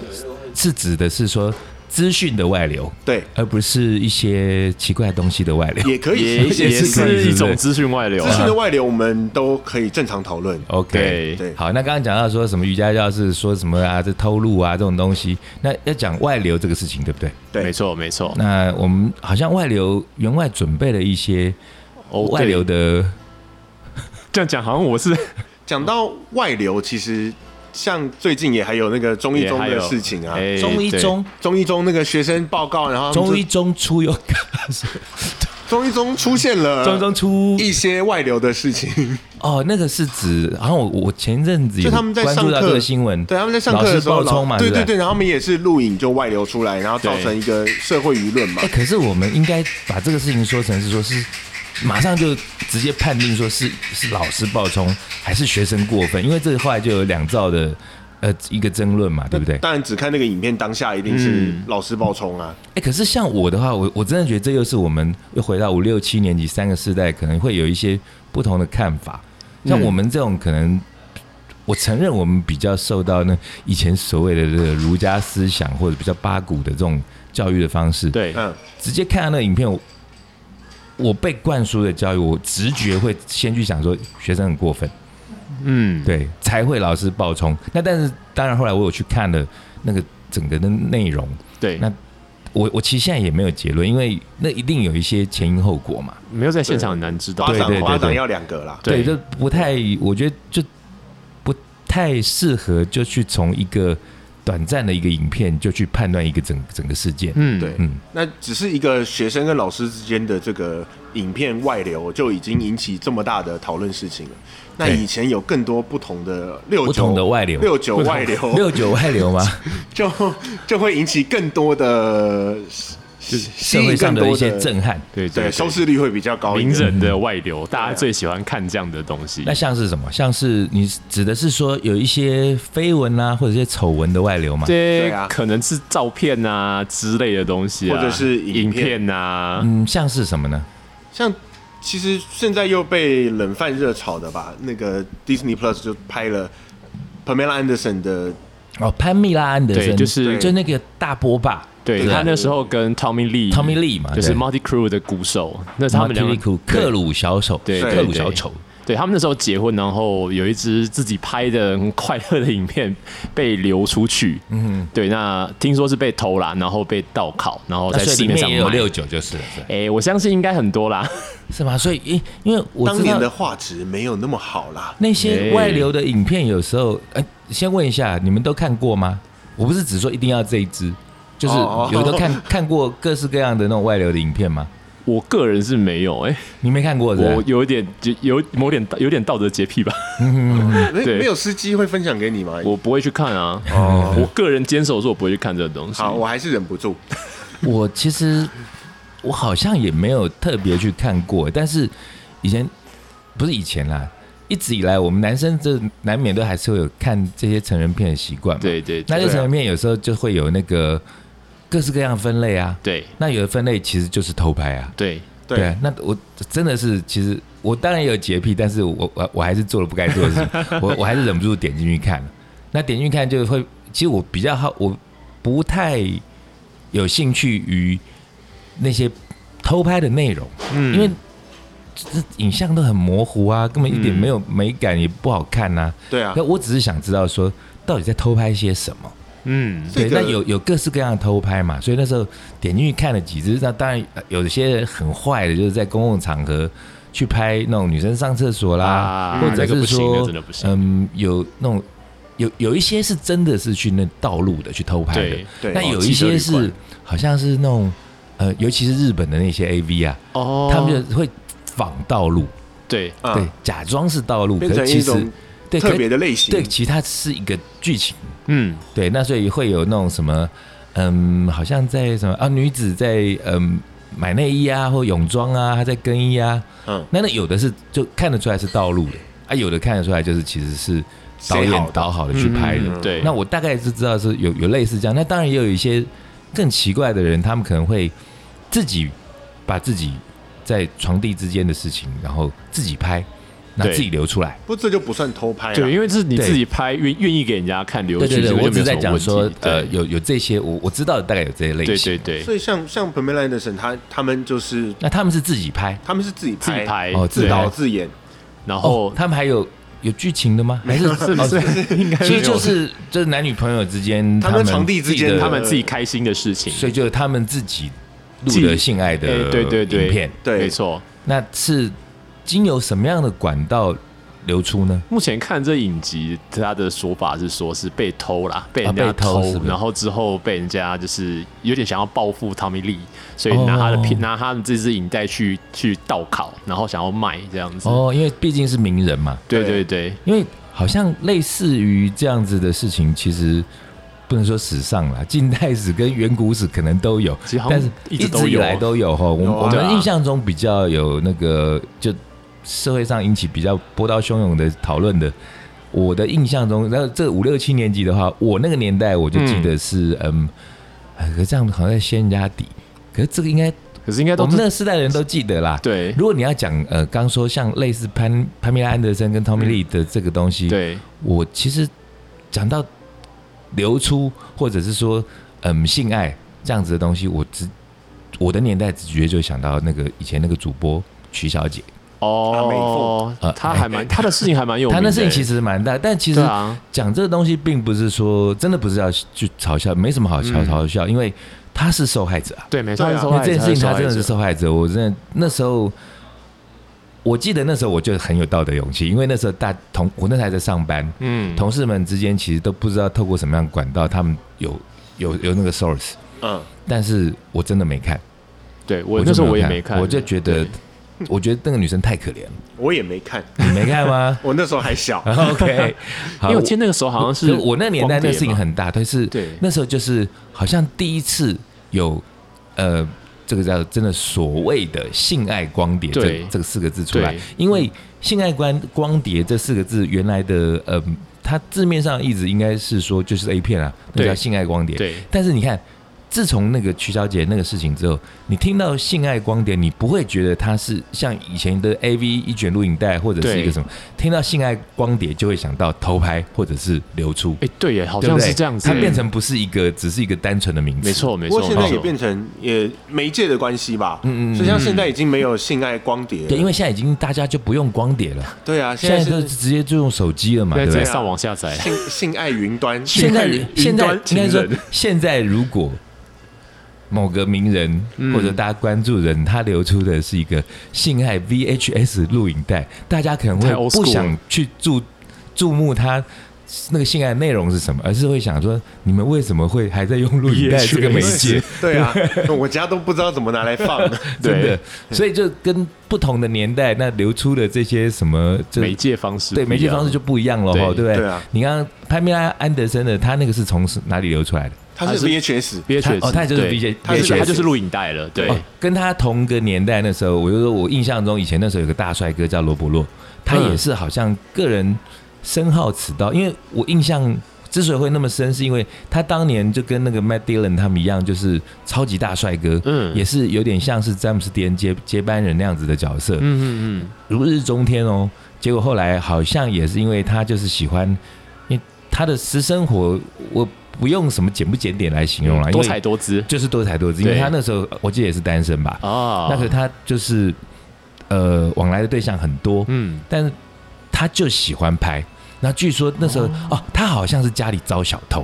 S3: 是指的是说资讯的外流，
S1: 对，
S3: 而不是一些奇怪的东西的外流。
S1: 也可
S2: 也
S1: 以，
S2: 也是一种资讯外流
S1: 资
S2: 啊。
S1: 讯的外流，我们都可以正常讨论。
S3: OK，
S2: 对，
S1: 对，
S3: 好，那刚刚讲到说什么瑜伽教室说什么啊，这偷录啊这种东西，那要讲外流这个事情，对不对？
S1: 对
S2: 没错，没错。
S3: 那我们好像外流员外准备了一些
S2: 哦
S3: 外流
S2: 对
S3: 的，
S2: 这样讲，好像我是
S1: 讲到外流，其实像最近也还有那个中一中
S2: 也
S1: 的
S2: 还有
S1: 事情啊，
S2: 哎
S3: 中医
S2: 对
S3: 中
S1: 中一中那个学生报告，然后他们
S3: 中
S1: 就
S3: 医中出有，
S1: 中一中出现了
S3: 中医中出
S1: 一些外流的事
S3: (laughs)
S1: 情，
S3: 哦，那个是指，好像我我前阵子有
S1: 就他们在
S3: 关
S1: 上
S3: 注到
S1: 课
S3: 这个新闻，
S1: 对，他们在上
S3: 老
S1: 课
S3: 师
S1: 的时候
S3: 爆冲嘛，
S1: 对
S3: 对
S1: 对
S3: 不
S1: 对，然后他们也是录影就外流出来，然后造
S2: 对
S1: 成一个社会舆论嘛
S3: 哎、。可是我们应该把这个事情说成是说是马上就直接判定说是是老师暴冲还是学生过分，因为这后来就有两造的呃一个争论嘛，对不对？哎、
S1: 当然，只看那个影片当下，一定是
S2: 嗯
S1: 老师爆冲啊。
S3: 哎可是像我的话，我我真的觉得这又是我们又回到五六七年级三个世代可能会有一些不同的看法，像我们这种可能。我承认，我们比较受到那以前所谓的这个儒家思想或者比较八股的这种教育的方式，
S2: 对，
S1: 嗯，
S3: 直接看到那个影片，我我被灌输的教育，我直觉会先去想说学生很过分，
S2: 嗯，
S3: 对，才会老师爆冲。那但是当然后来我有去看了那个整个的内容，
S2: 对，
S3: 那我我其实现在也没有结论，因为那一定有一些前因后果嘛。
S2: 没有在现场很难知道。
S1: 巴
S3: 对
S1: 掌
S3: 对
S1: 巴掌
S3: 对
S1: 要两个啦。
S2: 对
S3: 就不太，我觉得就不太适合就去从一个短暂的一个影片就去判断一个整整个事件。
S2: 嗯，
S1: 对，
S3: 嗯
S1: 那只是一个学生跟老师之间的这个影片外流，就已经引起这么大的讨论事情了。那
S3: 对
S1: 以前有更多不同的六
S3: 不同
S1: 九
S3: 的外流
S1: 六九外
S3: (laughs)
S1: 流，
S3: 六九外流吗？
S1: 就 (laughs) 就会引起更多
S3: (laughs)
S1: 的吸
S3: 社
S1: 引
S3: 会上
S1: 更
S3: 的
S1: 多
S3: 一些震撼。
S2: 对
S1: 对收视率会比较高一
S2: 名
S1: 点。
S2: 人哦的外流，
S1: 啊
S2: 大家最喜欢看这样的东西
S3: 嗯那。像是什么？像是你指的是说有一些绯闻啊，或者一些丑闻的外流嘛？
S2: 这
S1: 啊
S2: 可能是照片啊之类的东西啊，
S1: 或者是影
S2: 影
S1: 片
S2: 片啊，
S3: 嗯，像是什么呢？
S1: 像其实现在又被冷饭热炒的吧，那个 Disney Plus 就拍了 Pamela Anderson 的
S3: 哦，潘蜜拉安德
S2: 对，
S3: 森，
S2: 就是
S3: 就那个大波霸，
S2: 对
S1: 对啊
S2: 他
S1: 对
S2: 那时候跟 Tommy Lee
S3: Tommy Lee 嘛
S2: 就是
S3: 对
S2: Multi Crew 的鼓手，那是他们两个
S3: 库
S2: 对
S3: 克鲁小丑，
S2: 对哦
S1: 对
S3: 克鲁
S2: 对
S3: 小丑。
S2: 对他们那时候结婚，然后有一支自己拍的很快乐的影片被流出去，嗯，对，那听说是被偷啦，然后被盗拷，然后
S3: 那
S2: 在
S3: 所以
S2: 市
S3: 里
S2: 面
S3: 面
S2: 上
S3: 也有
S2: 卖。
S3: 六九，就是了，是
S2: 哎、我相信应该很多啦，
S3: 是吗？所以，因因为我
S1: 当
S3: 知
S1: 年
S3: 道
S1: 的画质没有那么好啦。
S3: 那些外流的影片，有时候，哎，先问一下，你们都看过吗？我不是只说一定要这一支，就是
S1: 哦
S3: 有的看看过各式各样的那种外流的影片吗？
S2: 我个人是没有、哎，
S3: 你没看过是吧
S2: 我？有点有某点有点道德洁癖吧，
S3: 嗯
S1: 没
S2: 对
S1: 没有司机会分享给你吗？
S2: (laughs) 我不会去看啊。
S1: 哦
S2: 我个人坚守说，我不会去看这个东西。
S1: 好，我还是忍不住。
S3: 我其实我好像也没有特别去看过，但是以前不是以前啦，一直以来我们男生这难免都还是会有看这些成人片的习惯嘛。，
S2: 对对
S3: 那
S2: 对啊
S3: 些成人片有时候就会有那个各式各样的分类啊。
S2: 对
S3: 那有的分类其实就是偷拍啊。
S2: 对，
S1: 对
S3: 啊，那我真的是，其实我当然也有洁癖，但是我我我还是做了不该做的事情，我我还是忍不住点进去看了。那点进去看就会，其实我比较好，我不太有兴趣于那些偷拍的内容，
S2: 嗯
S3: 因为这这影像都很模糊啊，根本一点
S2: 嗯
S3: 没有美感，也不好看呐、
S1: 对啊
S3: 那，我只是想知道说，到底在偷拍些什么。
S2: 嗯
S1: 这
S3: 对，
S1: 个
S3: 那有有各式各样的偷拍嘛，所以那时候点进去看了几支，那当然呃有些人很坏的，就是在公共场合去拍那种女生上厕所啦，
S2: 啊
S3: 或者
S2: 那个
S3: 是
S2: 不行
S3: 说，
S2: 那真的不行
S3: 嗯，有那种有有一些是真的是去那道路的去偷拍的
S2: 对，
S1: 对
S3: 那
S1: 哦
S3: 有
S2: 汽
S3: 一
S2: 车旅
S3: 些是
S2: 馆
S3: 好像是那种呃，尤其是日本的那些 AV 啊，
S2: 哦
S3: 他们就会仿道路，
S2: 对
S1: 啊
S3: 对，假装是道路，
S1: 变
S3: 可
S1: 成
S3: 是其
S1: 一
S3: 实
S1: 种
S3: 对可
S1: 特别的类型。
S3: 对，其实它是一个剧情。
S2: 嗯
S3: 对，那所以会有那种什么，嗯，好像在什么啊，女子在嗯买内衣啊，或泳装啊，她在更衣啊。
S1: 嗯，
S3: 那那有的是就看得出来是道路的啊，有的看得出来就是其实是导
S1: 谁好
S3: 演
S1: 的
S3: 导好的去拍的。
S2: 嗯对，
S3: 那我大概是知道是有有类似这样，那当然也有一些更奇怪的人，他们可能会自己把自己在床地之间的事情，然后自己拍，那
S2: 对
S3: 自己留出来。
S1: 不，这就不算偷拍了。
S2: 对，因为这是你
S3: 对
S2: 自己拍，愿愿意给人家看流
S3: 对
S2: 去，
S3: 对对，
S2: 这个
S3: 我
S2: 就
S3: 只
S2: 没有
S3: 是在
S2: 什么
S3: 讲
S2: 问
S3: 说
S2: 题，
S3: 呃，
S2: 对
S3: 有有这些，我我知道的大概有这些类
S2: 对
S3: 型。
S2: 对对，
S1: 所以像像 Pamela Anderson，他他们就是
S3: 那他们是自己拍
S1: 他们是自己
S2: 自己
S1: 拍、
S2: 拍
S3: 哦
S1: 自
S3: 拍
S1: 导
S2: 对
S1: 自演，
S2: 然
S3: 哦
S2: 后，
S3: 他们还有有剧情的吗？还是哦
S2: 是不是应该
S3: 其实就
S2: 没有
S3: 是就是男女朋友之间，
S1: 他们
S3: 们
S1: 床地之间
S3: 自己的
S2: 他们自己开心的事情？
S3: 所以就是他们自己录
S2: 自己
S3: 的性爱的
S2: 哎对对对
S3: 影片，
S1: 对
S2: 没错。
S3: 那是经由什么样的管道流出呢？
S2: 目前看这影集，他的说法是说是被偷啦，被人家
S3: 啊被偷
S2: 偷，
S3: 是不是
S2: 然后之后被人家就是有点想要报复汤米利，所以拿他的片，
S3: 哦
S2: 拿他的这支影带去去盗拷，然后想要卖这样子。
S3: 哦，因为毕竟是名人嘛，
S2: 对
S1: 对
S2: 对对，
S3: 因为好像类似于这样子的事情，其实不能说史上啦，近代史跟远古史可能都有
S2: 其实，好像
S3: 但是
S2: 一直
S3: 直
S2: 都有
S3: 以来都有哈。我们、
S1: 有啊
S3: 我
S2: 对啊
S3: 们印象中比较有那个，就社会上引起比较波涛汹涌的讨论的。我的印象中，那这五六七年级的话，我那个年代我就记得是，嗯，哎可是这样好像在掀人家底，可是这个应该
S2: 可是应该都
S3: 我们
S2: 是
S3: 那个世代的人都记得啦。
S2: 对
S3: 如果你要讲呃，刚说像类似潘潘米拉安德森跟 Tommy Lee 的这个东
S2: 嗯
S3: 西，
S2: 对
S3: 我其实讲到流出或者是说嗯性爱这样子的东西，我只我的年代直觉就想到那个以前那个主播瞿小姐，
S1: 阿美
S2: 哦
S1: 凤，
S2: 他还蛮他的事情还蛮有名
S3: 她
S2: 的，
S3: 哎那事情其实蛮大，但其实
S2: 对啊，
S3: 讲这个东西并不是说真的不是要去嘲笑，没什么好嘲
S2: 嗯
S3: 嘲笑，因为她是受害者啊。
S2: 对没错，
S1: 对啊
S2: 他是受
S3: 那
S2: 害
S3: 这件
S2: 者
S3: 事情他真的是
S2: 受害者
S3: 受害者，我真的那时候，我记得那时候我就很有道德勇气，因为那时候大同我那时候还在上班，
S2: 嗯，
S3: 同事们之间其实都不知道透过什么样的管道，他们有有有那个 source，
S1: 嗯，
S3: 但是我真的没看，
S2: 对我
S3: 就
S2: 那时候我也
S3: 没
S2: 没看，
S3: 我就觉得
S2: 对。
S3: 我觉得那个女生太可怜了，
S1: 我也没看， (laughs)
S3: 你没看吗。
S1: 我那时候还小
S3: ？OK，好
S2: (laughs) 因为我记得那个时候好像是
S3: 可我那年代那个事情
S2: 光碟嘛
S3: 很大，但是
S2: 对
S3: 那时候就是好像第一次有呃，这个叫真的所谓的性爱光碟这
S2: 对
S3: 这个四个字出来
S2: 对，
S3: 因为性爱光光碟这四个字原来的呃，它字面上一直应该是说就是 A 片啊，那
S2: 对
S3: 叫性爱光碟。
S2: 对
S3: 但是你看。自从那个曲小姐那个事情之后，你听到性爱光碟，你不会觉得它是像以前的 A V 一卷录影带或者是
S2: 对
S3: 一个什么，听到性爱光碟就会想到偷拍或者是流出。
S2: 哎对耶，好
S3: 对不
S2: 像
S3: 对？
S2: 是这样子，
S3: 它变成不是一个，只是一个单纯的名词。
S2: 没，错没
S1: 不
S2: 错，
S1: 过现在
S2: 没
S1: 也
S2: 错
S1: 变成也媒介的关系吧，
S3: 嗯嗯嗯
S1: 所以像现在已经没有性爱光碟了，
S3: 对，因为现在已经大家就不用光碟了，
S1: 对啊，
S3: 现在
S1: 是
S3: 就直接就用手机了嘛，对啊
S2: 现
S3: 不
S2: 在直接
S3: 对？
S2: 上网下载，
S1: 性性爱云端，
S3: (laughs)
S1: (laughs)
S3: 现在
S1: 性爱云
S3: 现在
S1: 端
S3: 应该说，现在如果某个名人
S2: 嗯
S3: 或者大家关注人，他流出的是一个性爱 VHS 录影带，大家可能会
S2: 太 old
S3: 不
S2: school
S3: 想去注注目他。那个性爱内容是什么？而是会想说，你们为什么会还在用录影带这个媒介？
S1: (laughs) 对
S3: (laughs)
S1: 啊，我家都不知道怎么拿来放，
S3: 真
S2: 对，
S3: 的所以就跟不同的年代，那流出的这些什么这
S2: 媒介方式
S3: 对
S2: 不一
S3: 媒介
S2: 样
S3: 方式就不一样了，
S2: 对
S3: 吼对不对？
S1: 对啊
S3: 你刚刚潘米拉安德森的，他那个是从哪里流出来的？
S1: 它是 VHS，
S2: VHS
S3: 他哦他就是
S2: 对
S3: VJ
S2: 他就是
S1: VHS
S2: 他就是录影带了，对
S3: 哦，跟他同个年代那时候，我就说我印象中以前那时候有个大帅哥叫罗伯洛，他
S2: 嗯
S3: 也是好像个人深好此道，因为我印象。之所以会那么深，是因为他当年就跟那个 Matt Dillon 他们一样，就是超级大帅哥，
S2: 嗯
S3: 也是有点像是詹姆斯·迪恩接接班人那样子的角色，
S2: 嗯嗯
S3: 如日中天哦。结果后来好像也是因为他就是喜欢，因为他的私生活，我不用什么检不检点来形容了，
S2: 嗯，
S3: 因
S2: 多
S3: 为
S2: 彩多姿
S3: 就是多才多姿。因为
S2: 对
S3: 他那时候我记得也是单身吧，
S2: 啊，
S3: 那个他就是呃往来的对象很多，
S2: 嗯，
S3: 但是他就喜欢拍。那据说那时候哦他好像是家里遭小偷，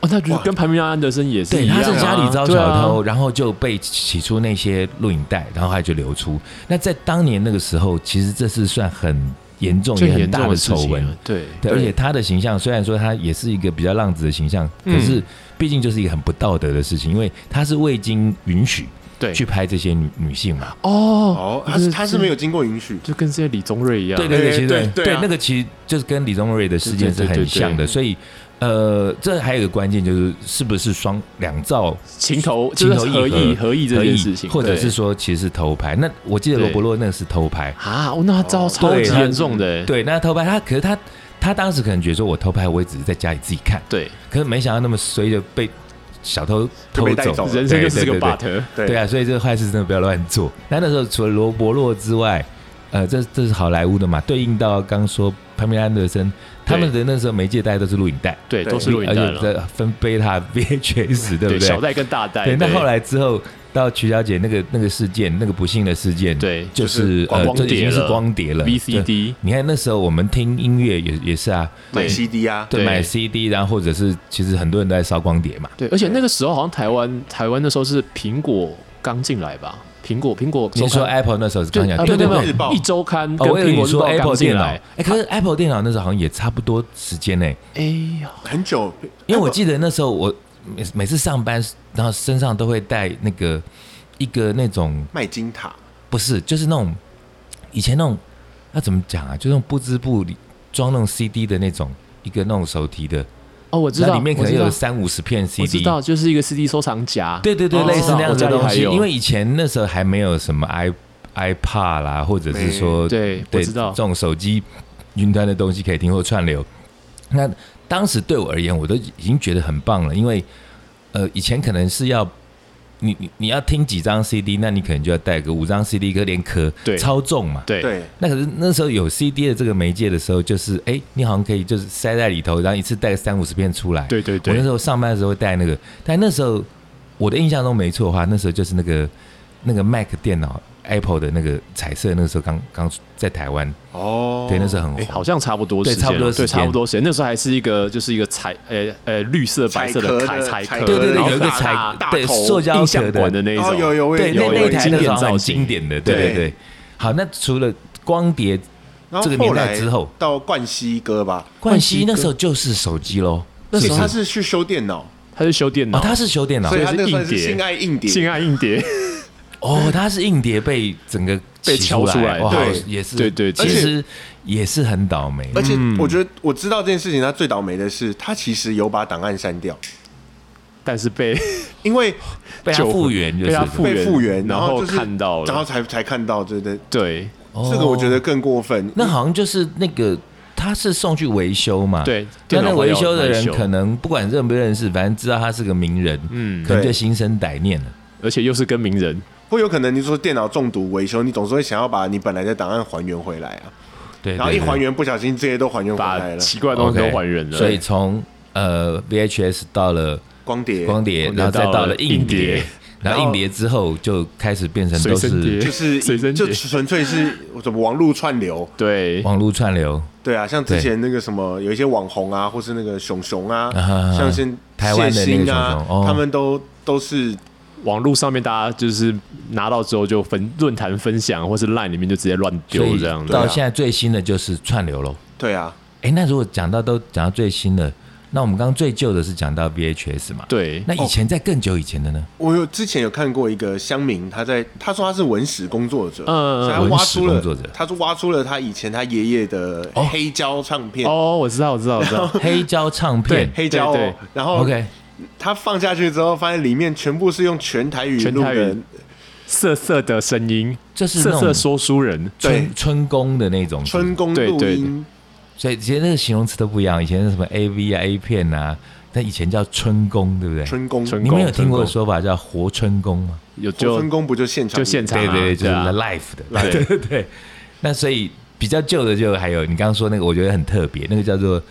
S2: 哦，那就是跟潘明安德森也是
S3: 对，
S2: 一样
S3: 他
S2: 啊，
S3: 是家里遭小
S2: 对啊
S3: 偷，，然后就被起出那些录影带，然后他就流出。那在当年那个时候，其实这是算很严重
S2: 最
S3: 也很
S2: 严
S3: 大
S2: 重
S3: 的
S2: 事
S3: 丑
S2: 情啊
S3: 闻
S2: 了。，对
S1: 对
S3: 对，而且他的形象虽然说他也是一个比较浪子的形象，可
S2: 嗯
S3: 是毕竟就是一个很不道德的事情，因为他是未经允许
S2: 对
S3: 去拍这些女女性嘛。
S2: 哦，
S1: 哦，它是它是没有经过允许，
S2: 就跟这些李宗瑞一样，
S3: 对对对，
S1: 哎
S3: 其实
S1: 对对
S3: 对
S1: 啊
S3: 那个其实就是跟李宗瑞的事件是
S2: 对对对
S3: 很
S2: 对
S3: 像的，
S2: 对
S3: 所以呃，这还有一个关键就是是不是双两造
S2: 情投
S3: 情
S2: 就是
S3: 投
S2: 合
S3: 意
S2: 意合意这件事情，
S3: 或者
S2: 对
S3: 是说其实是偷拍。那我记得罗伯洛那个是偷拍，
S2: 啊，哦那招超
S3: 对
S2: 级
S3: 他
S2: 严重的，欸
S3: 对，那偷拍他可是他他当时可能觉得说我偷拍，我也只是在家里自己看，
S2: 对，
S3: 可是没想到那么随着被小偷
S1: 就
S3: 偷
S1: 被带走
S3: 走，
S1: 了
S2: 人生就是个
S3: 对对对啊
S2: but，
S1: 对
S3: 对啊，所以这个坏事真的不要乱做。那那时候除了罗伯洛之外，呃，这这是好莱坞的嘛，对应到刚说潘米安德森，他们的那时候媒介带都是录影带，
S2: 对，
S1: 对
S2: 都是录影带
S3: 而且
S2: 了，
S3: 这分贝塔 VHS，对不
S2: 小
S3: 对？
S2: 袋跟大袋。
S3: 对，那后来之后到曲小姐那个那个事件，那个不幸的事件，，
S2: 对
S3: 就
S1: 就是
S3: 是呃，
S2: 光
S3: 这已
S2: 碟
S3: 经是
S2: 了
S3: 光碟了
S2: VCD
S3: 你看那时候我们听音乐也也是啊，
S1: 买
S2: 对
S1: CD 啊，
S3: 对，
S2: 对
S3: 买 CD，然后或者是其实很多人都在烧光碟嘛。
S2: 对，而且那个时候好像台湾台湾那时候是苹果刚进来吧，苹果苹果
S3: 你
S2: 周刊
S3: 说 Apple 那时候是刚
S2: 对
S3: 讲，
S2: 啊
S3: 对对
S2: 没有
S3: 对
S1: 日，报
S2: 一周刊
S3: 哦
S2: 跟
S3: 我以为
S2: 苹
S3: 你
S2: 果日
S3: 说
S2: 报刚
S3: Apple
S2: 进
S3: 电脑，
S2: 来
S3: 哎，，可是 Apple 电脑那时候好像也差不多时间呢，
S2: 哎呀，
S1: 很久，哎
S3: 因为我记得那时候我每每次上班，然后身上都会带那个一个那种
S1: 麦金塔，
S3: 不是，就是那种以前那种要怎么讲啊，就那种布织布里装那种 CD 的那种一个那种手提的，
S2: 哦，我知
S3: 那
S2: 道，
S3: 里面可能
S2: 我知道
S3: 有三五十片
S2: 我知
S3: CD，
S2: 道，就是一个 CD 收藏夹，
S3: 对对对，
S1: 哦
S3: 类似那样子的东西。
S2: 啊我家里还有
S3: 因为以前那时候还没有什么 i iPad 啦，或者是说
S2: 对我
S3: 对
S2: 知道
S3: 这种手机云端的东西可以听或串流。那当时对我而言，我都已经觉得很棒了，因为呃，以前可能是要。你你你要听几张 CD，那你可能就要带个五张 CD，可连壳
S2: 对
S3: 超重嘛。
S2: 对
S1: 对，
S3: 那可是那时候有 CD 的这个媒介的时候，就是哎、你好像可以就是塞在里头，然后一次带个三五十片出来。
S2: 对对
S3: 我那时
S2: 对，
S3: 候上班的时候会带那个，但那时候我的印象中没错的话，那时候就是那个那个 Mac 电脑 Apple 的那个彩色，那个时候刚刚在台湾，
S1: 哦，
S3: 对，那时候很
S1: 哎
S3: 红。
S2: 好像差不多
S3: 对
S2: 时间了，
S3: 差不多时
S2: 对，
S3: 间
S2: 差不多时间。那时候还是一个就是一个彩呃呃绿色白色
S1: 彩壳的
S2: 彩彩
S1: 彩
S2: 壳，
S1: 壳
S3: 对对对，
S2: 然后
S3: 有一个
S2: 大
S3: 彩
S2: 大大
S3: 对
S2: 头
S3: 塑胶
S2: 印象
S3: 壳
S2: 馆的
S3: 的，
S2: 那一
S1: 哦
S2: 种，
S1: 有有我也
S3: 对那
S2: 有
S3: 那
S2: 有
S3: 一台
S2: 经
S3: 那
S2: 典
S3: 时候很
S2: 造型
S3: 经典的，对对
S1: 对
S3: 对。好，那除了光碟
S1: 然后
S3: 这个
S1: 后
S3: 年代
S1: 来
S3: 之后
S1: 到冠希哥吧，
S3: 冠
S2: 冠
S3: 希
S2: 希
S3: 那
S2: 哥
S3: 时候就是手机喽，
S1: 那
S3: 是
S1: 时
S3: 不
S1: 候
S3: 是
S1: 他是去修电脑，
S2: 他是修电脑，
S3: 哦，他是修电脑
S1: 所以他
S2: 是
S1: 那个算
S2: 硬
S1: 是
S2: 碟
S1: 性爱硬碟，
S2: 性爱硬碟，
S3: 哦，他是硬碟被整个
S2: 被
S3: 起
S2: 敲出来
S3: 哇
S1: 对
S3: 也是
S2: 对对
S3: 其
S1: 而且
S3: 实也是很倒霉，
S1: 而且
S2: 嗯
S1: 我觉得我知道这件事情，他最倒霉的是，他其实有把档案删掉，
S2: 但是被
S1: 因为
S3: 被他
S2: 就
S3: 复原就
S2: 被
S3: 是
S2: 他复
S1: 被
S2: 原
S1: 复原，
S2: 然
S1: 后
S2: 后
S1: 就是
S2: 看到了
S1: 然后才才看到，对对，
S2: 对
S1: 这个我觉得更过分。
S3: 哦那好像就是那个他是送去维修嘛，
S2: 对
S3: 那
S2: 电
S3: 那
S2: 脑
S3: 维
S2: 坏掉
S3: 修的
S2: 维
S3: 人
S2: 修
S3: 可能不管认不认识，反正知道他是个名人，嗯，可能
S1: 对
S3: 就心生歹念了。
S2: 而且又是跟名人，
S1: 会有可能你说电脑中毒维修，你总是会想要把你本来的档案还原回来啊，
S3: 对，
S1: 然后
S3: 对
S1: 一还，原不小心这些都还原回来
S2: 把
S1: 了，
S2: 奇怪的
S3: 对
S2: 东西都
S3: OK，
S2: 还原了，
S3: 所以从呃 VHS 到了
S1: 光碟
S3: 光碟，
S2: 光碟
S3: 然后再
S2: 到
S3: 到
S2: 了
S3: 了硬
S2: 硬碟
S3: 碟，然后硬碟之后就开始变成都
S2: 随身碟
S3: 是
S1: 就是
S2: 随身碟
S1: 就纯粹是什么网络串流，
S2: 对
S3: 网络串流，
S1: 对啊，像之
S3: 对
S1: 前那个什么有一些网红啊，或是那个熊熊啊
S3: 啊哈哈，
S1: 像现
S3: 台湾的
S1: 谢
S3: 那个
S1: 欣啊
S3: 熊熊哦，
S1: 他们都都是
S2: 网络上面大家就是拿到之后就分论坛分享，或是 LINE 里面就直接乱
S3: 所
S2: 丢
S3: 以
S2: 这样
S1: 对
S2: 的。
S3: 到
S1: 啊
S3: 现在最新的就是串流喽。
S1: 对啊，
S3: 哎，那如果讲到都讲到最新的，那我们刚刚最旧的是讲到 VHS 嘛？。
S2: 对，
S3: 那以前在更久以前的呢？
S1: 我有之前有看过一个乡民，他在他说他是文史工作者，
S2: 嗯嗯嗯
S1: 所以他挖出了
S3: 文史工作者哦
S1: 他是挖出了他以前他爷爷的黑胶唱片，
S2: 哦，我知道，我知道，我知
S1: (laughs)
S2: 道。
S3: 黑胶唱片
S1: 黑胶、哦
S2: 对对，
S1: 然后
S3: ，OK，
S1: 他放下去之后，发现里面全部是用全台语录
S2: 全台
S1: 的
S2: 语，瑟瑟的声音，
S3: 这是那
S2: 瑟
S3: 种
S2: 瑟说书人，
S1: 对
S3: 春春宫的那种
S1: 春宫
S2: 对
S1: 录
S2: 对
S1: 音，
S3: 所以其实那个形容词都不一样。以前是什么 AV 啊、A 片啊，但以前叫春宫，对不对？
S1: 春宫，
S2: 春
S3: 你们有听
S2: 春
S3: 过
S2: 宫
S3: 说法叫活春宫吗？
S2: 有就
S1: 春宫不就现场
S2: 就现
S1: 场
S2: 场啊，
S3: 对对，就是
S2: 啊
S3: life 的，
S2: 对
S3: 对对 (laughs) 对。那所以比较旧的就还有你刚刚说那个，我觉得很特别，那个叫做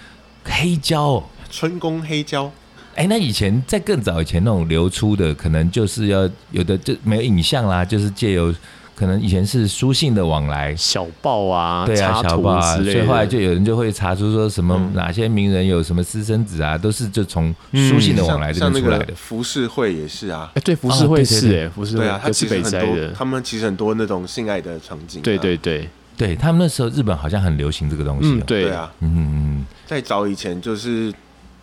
S3: 黑胶、哦。
S1: 春宫黑胶，
S3: 哎，那以前在更早以前那种流出的，可能就是要有的就没有影像啦，就是借由可能以前是书信的往来，
S2: 小报啊，
S3: 对啊，
S2: 插
S3: 小
S2: 图
S3: 报啊，
S2: 之类
S3: 所以
S2: 的。嗯
S3: 后来就有人就会查出说什么哪些名人有什么私生子啊，都是就从书信的往来这
S1: 像
S3: 边
S1: 那
S3: 出来
S1: 个
S3: 的。
S1: 服饰会也是啊，
S2: 哎，对，浮
S3: 哦
S2: 世
S3: 对
S2: 绘
S3: 对
S2: 是
S3: 对
S2: 哎，浮世
S1: 对
S2: 绘
S1: 啊，他
S2: 都是
S1: 其实
S2: 北
S1: 很
S2: 斋
S1: 多，
S2: 的，
S1: 他们其实很多那种性爱的场景、啊
S2: 对对，
S3: 啊
S2: 对，
S3: 对他们那时候日本好像很流行这个东西、
S2: 嗯
S3: 哦。
S2: 对
S1: 对。啊，
S3: 嗯，嗯
S1: 再早以前就是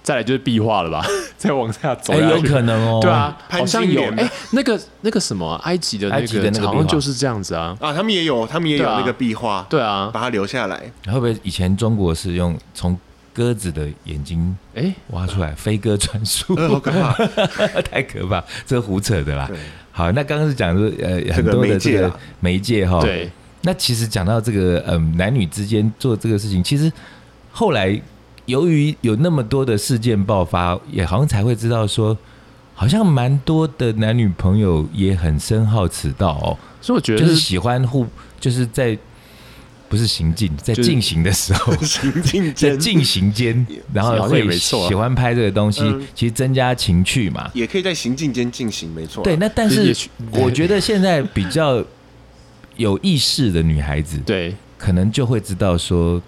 S2: 再来就是壁画了
S3: (laughs)
S2: 吧，再往下走
S3: 嗯，哎，
S2: 下
S3: 有
S2: 去
S3: 可能哦。
S2: 对啊，
S1: 潘
S2: 好像
S1: 金
S2: 有
S1: 莲
S2: 哎，那个那个什么啊，埃及的
S3: 埃及的那个
S2: 好
S3: 壁
S2: 像
S3: 画
S2: 就是这样子啊，
S1: 啊，他们也有，他们也有
S2: 对啊
S1: 那个壁画，
S2: 对啊，
S1: 把它留下来。
S3: 会不会以前中国是用从鸽子的眼睛
S2: 哎，
S3: 挖出来飞鸽
S2: (laughs)
S3: 传书？
S1: 呃，好可怕！
S3: (laughs) 太可怕，这胡扯的啦
S1: 对。
S3: 好，那刚刚是讲说呃很
S1: 个
S3: 多的
S1: 媒
S3: 这
S1: 介
S3: 个
S1: 啦
S3: 媒介哈，
S2: 对。
S3: 那其实讲到这个嗯、男女之间做这个事情，其实后来由于有那么多的事件爆发，也好像才会知道说，好像蛮多的男女朋友也很深好此道哦，
S2: 所以我觉
S3: 就
S2: 得
S3: 是
S2: 是
S3: 喜欢互就是在不是行进，在
S2: 就是
S3: 进行的时候，
S1: 行进
S3: 在
S1: 间
S3: 进行间，然后
S2: 好像也
S3: 会
S2: 没错啊
S3: 喜欢拍这个东西，
S1: 嗯
S3: 其实增加情趣嘛。
S1: 也可以在行进间进行，没错。啊
S3: 对，，那但
S2: 也
S3: 是
S2: 许
S3: 我觉得现在比较有意识的女孩子，
S2: 对，
S3: 可能就会知道说，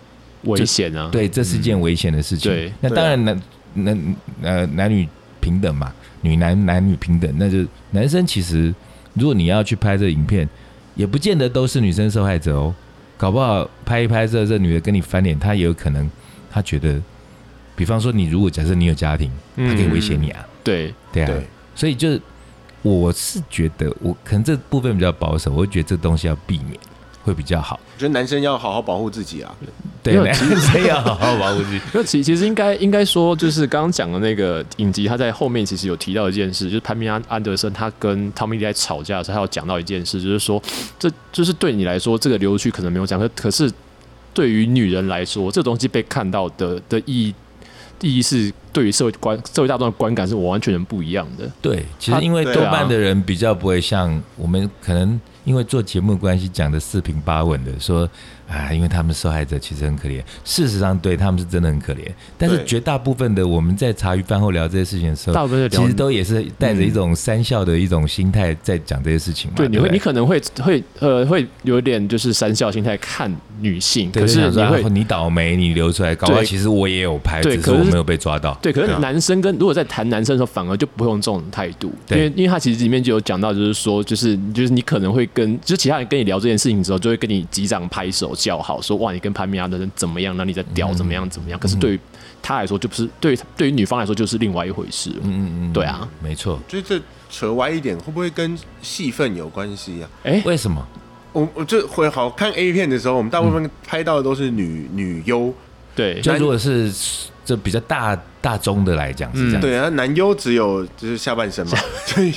S2: 危险啊，
S3: 对，这是件危险的事情。
S2: 对啊
S3: 那当然男男呃男女平等嘛，女男男女平等，那就男生其实如果你要去拍这影片，也不见得都是女生受害者哦，搞不好拍一拍这这女的跟你翻脸，她也有可能她觉得，比方说你如果假设你有家庭，她可以威胁你啊，
S2: 对，
S3: 对啊，
S1: 对
S3: 所以就是我是觉得我可能这部分比较保守，我会觉得这东西要避免会比较好。
S1: 我觉得男生要好好保护自己啊。
S3: 对，
S2: 没有
S3: (laughs) 男
S2: 其
S3: 生要好好保护自己。
S2: 那其其实应该应该说，就是刚刚讲的那个影集，他在后面其实有提到一件事，就是潘明安安德森他跟汤米利在吵架的时候，他有讲到一件事，就是说，这就是对你来说，这个流去可能没有讲，可可是对于女人来说，这东西被看到的的意义，第一是对于社会观社会大众的观感是我完全不一样的，
S3: 对，其
S2: 他
S3: 实因为
S1: 对
S3: 豆
S2: 啊
S3: 瓣的人比较不会像我们，可能因为做节目的关系讲的四平八稳的，说啊，因为他们受害者其实很可怜。事实上，对他们是真的很可怜。但是
S1: 对
S3: 绝大部分的我们在茶余饭后聊这些事情的时
S2: 大
S3: 候，
S2: 部分在聊嗯
S3: 其实都也是带着一种三笑的一种心态在讲这些事情嘛。
S2: 对，
S3: 对，
S2: 你会你可能会会呃会有点就是三笑心态看女性，
S3: 对
S2: 可是
S3: 就
S2: 你
S3: 想说
S2: 会
S3: 啊你倒霉，你流出来，搞不好
S2: 对
S3: 其实我也有拍，
S2: 对
S3: 只是
S2: 可是
S3: 我没有被抓到。
S2: 对，可
S1: 对
S2: 是
S1: 啊
S2: 男生跟如果在谈男生的时候，反而就不会用这种态度，因
S3: 对
S2: 为因为他其实里面就有讲到，就是说，就是就是你可能会跟就是其他人跟你聊这件事情之后，就会跟你击掌拍手叫好，说哇，你跟潘米亚的人怎么样？那你在屌怎么样怎
S3: 嗯
S2: 么样？可是对于他来说，就不是对于对于女方来说，就是另外一回事了。
S3: 嗯嗯嗯，
S2: 对啊，
S3: 没错。
S1: 就是这扯歪一点，会不会跟戏份有关系呀、
S2: 哎、
S3: 为什么？
S1: 我我就回好看 A 片的时候，我们大部分拍到的都是女、女优，
S2: 对，
S3: 就如果是这比较大大众的来讲是
S2: 嗯
S3: 这样，
S1: 对啊，男优只有就是下半身嘛，所以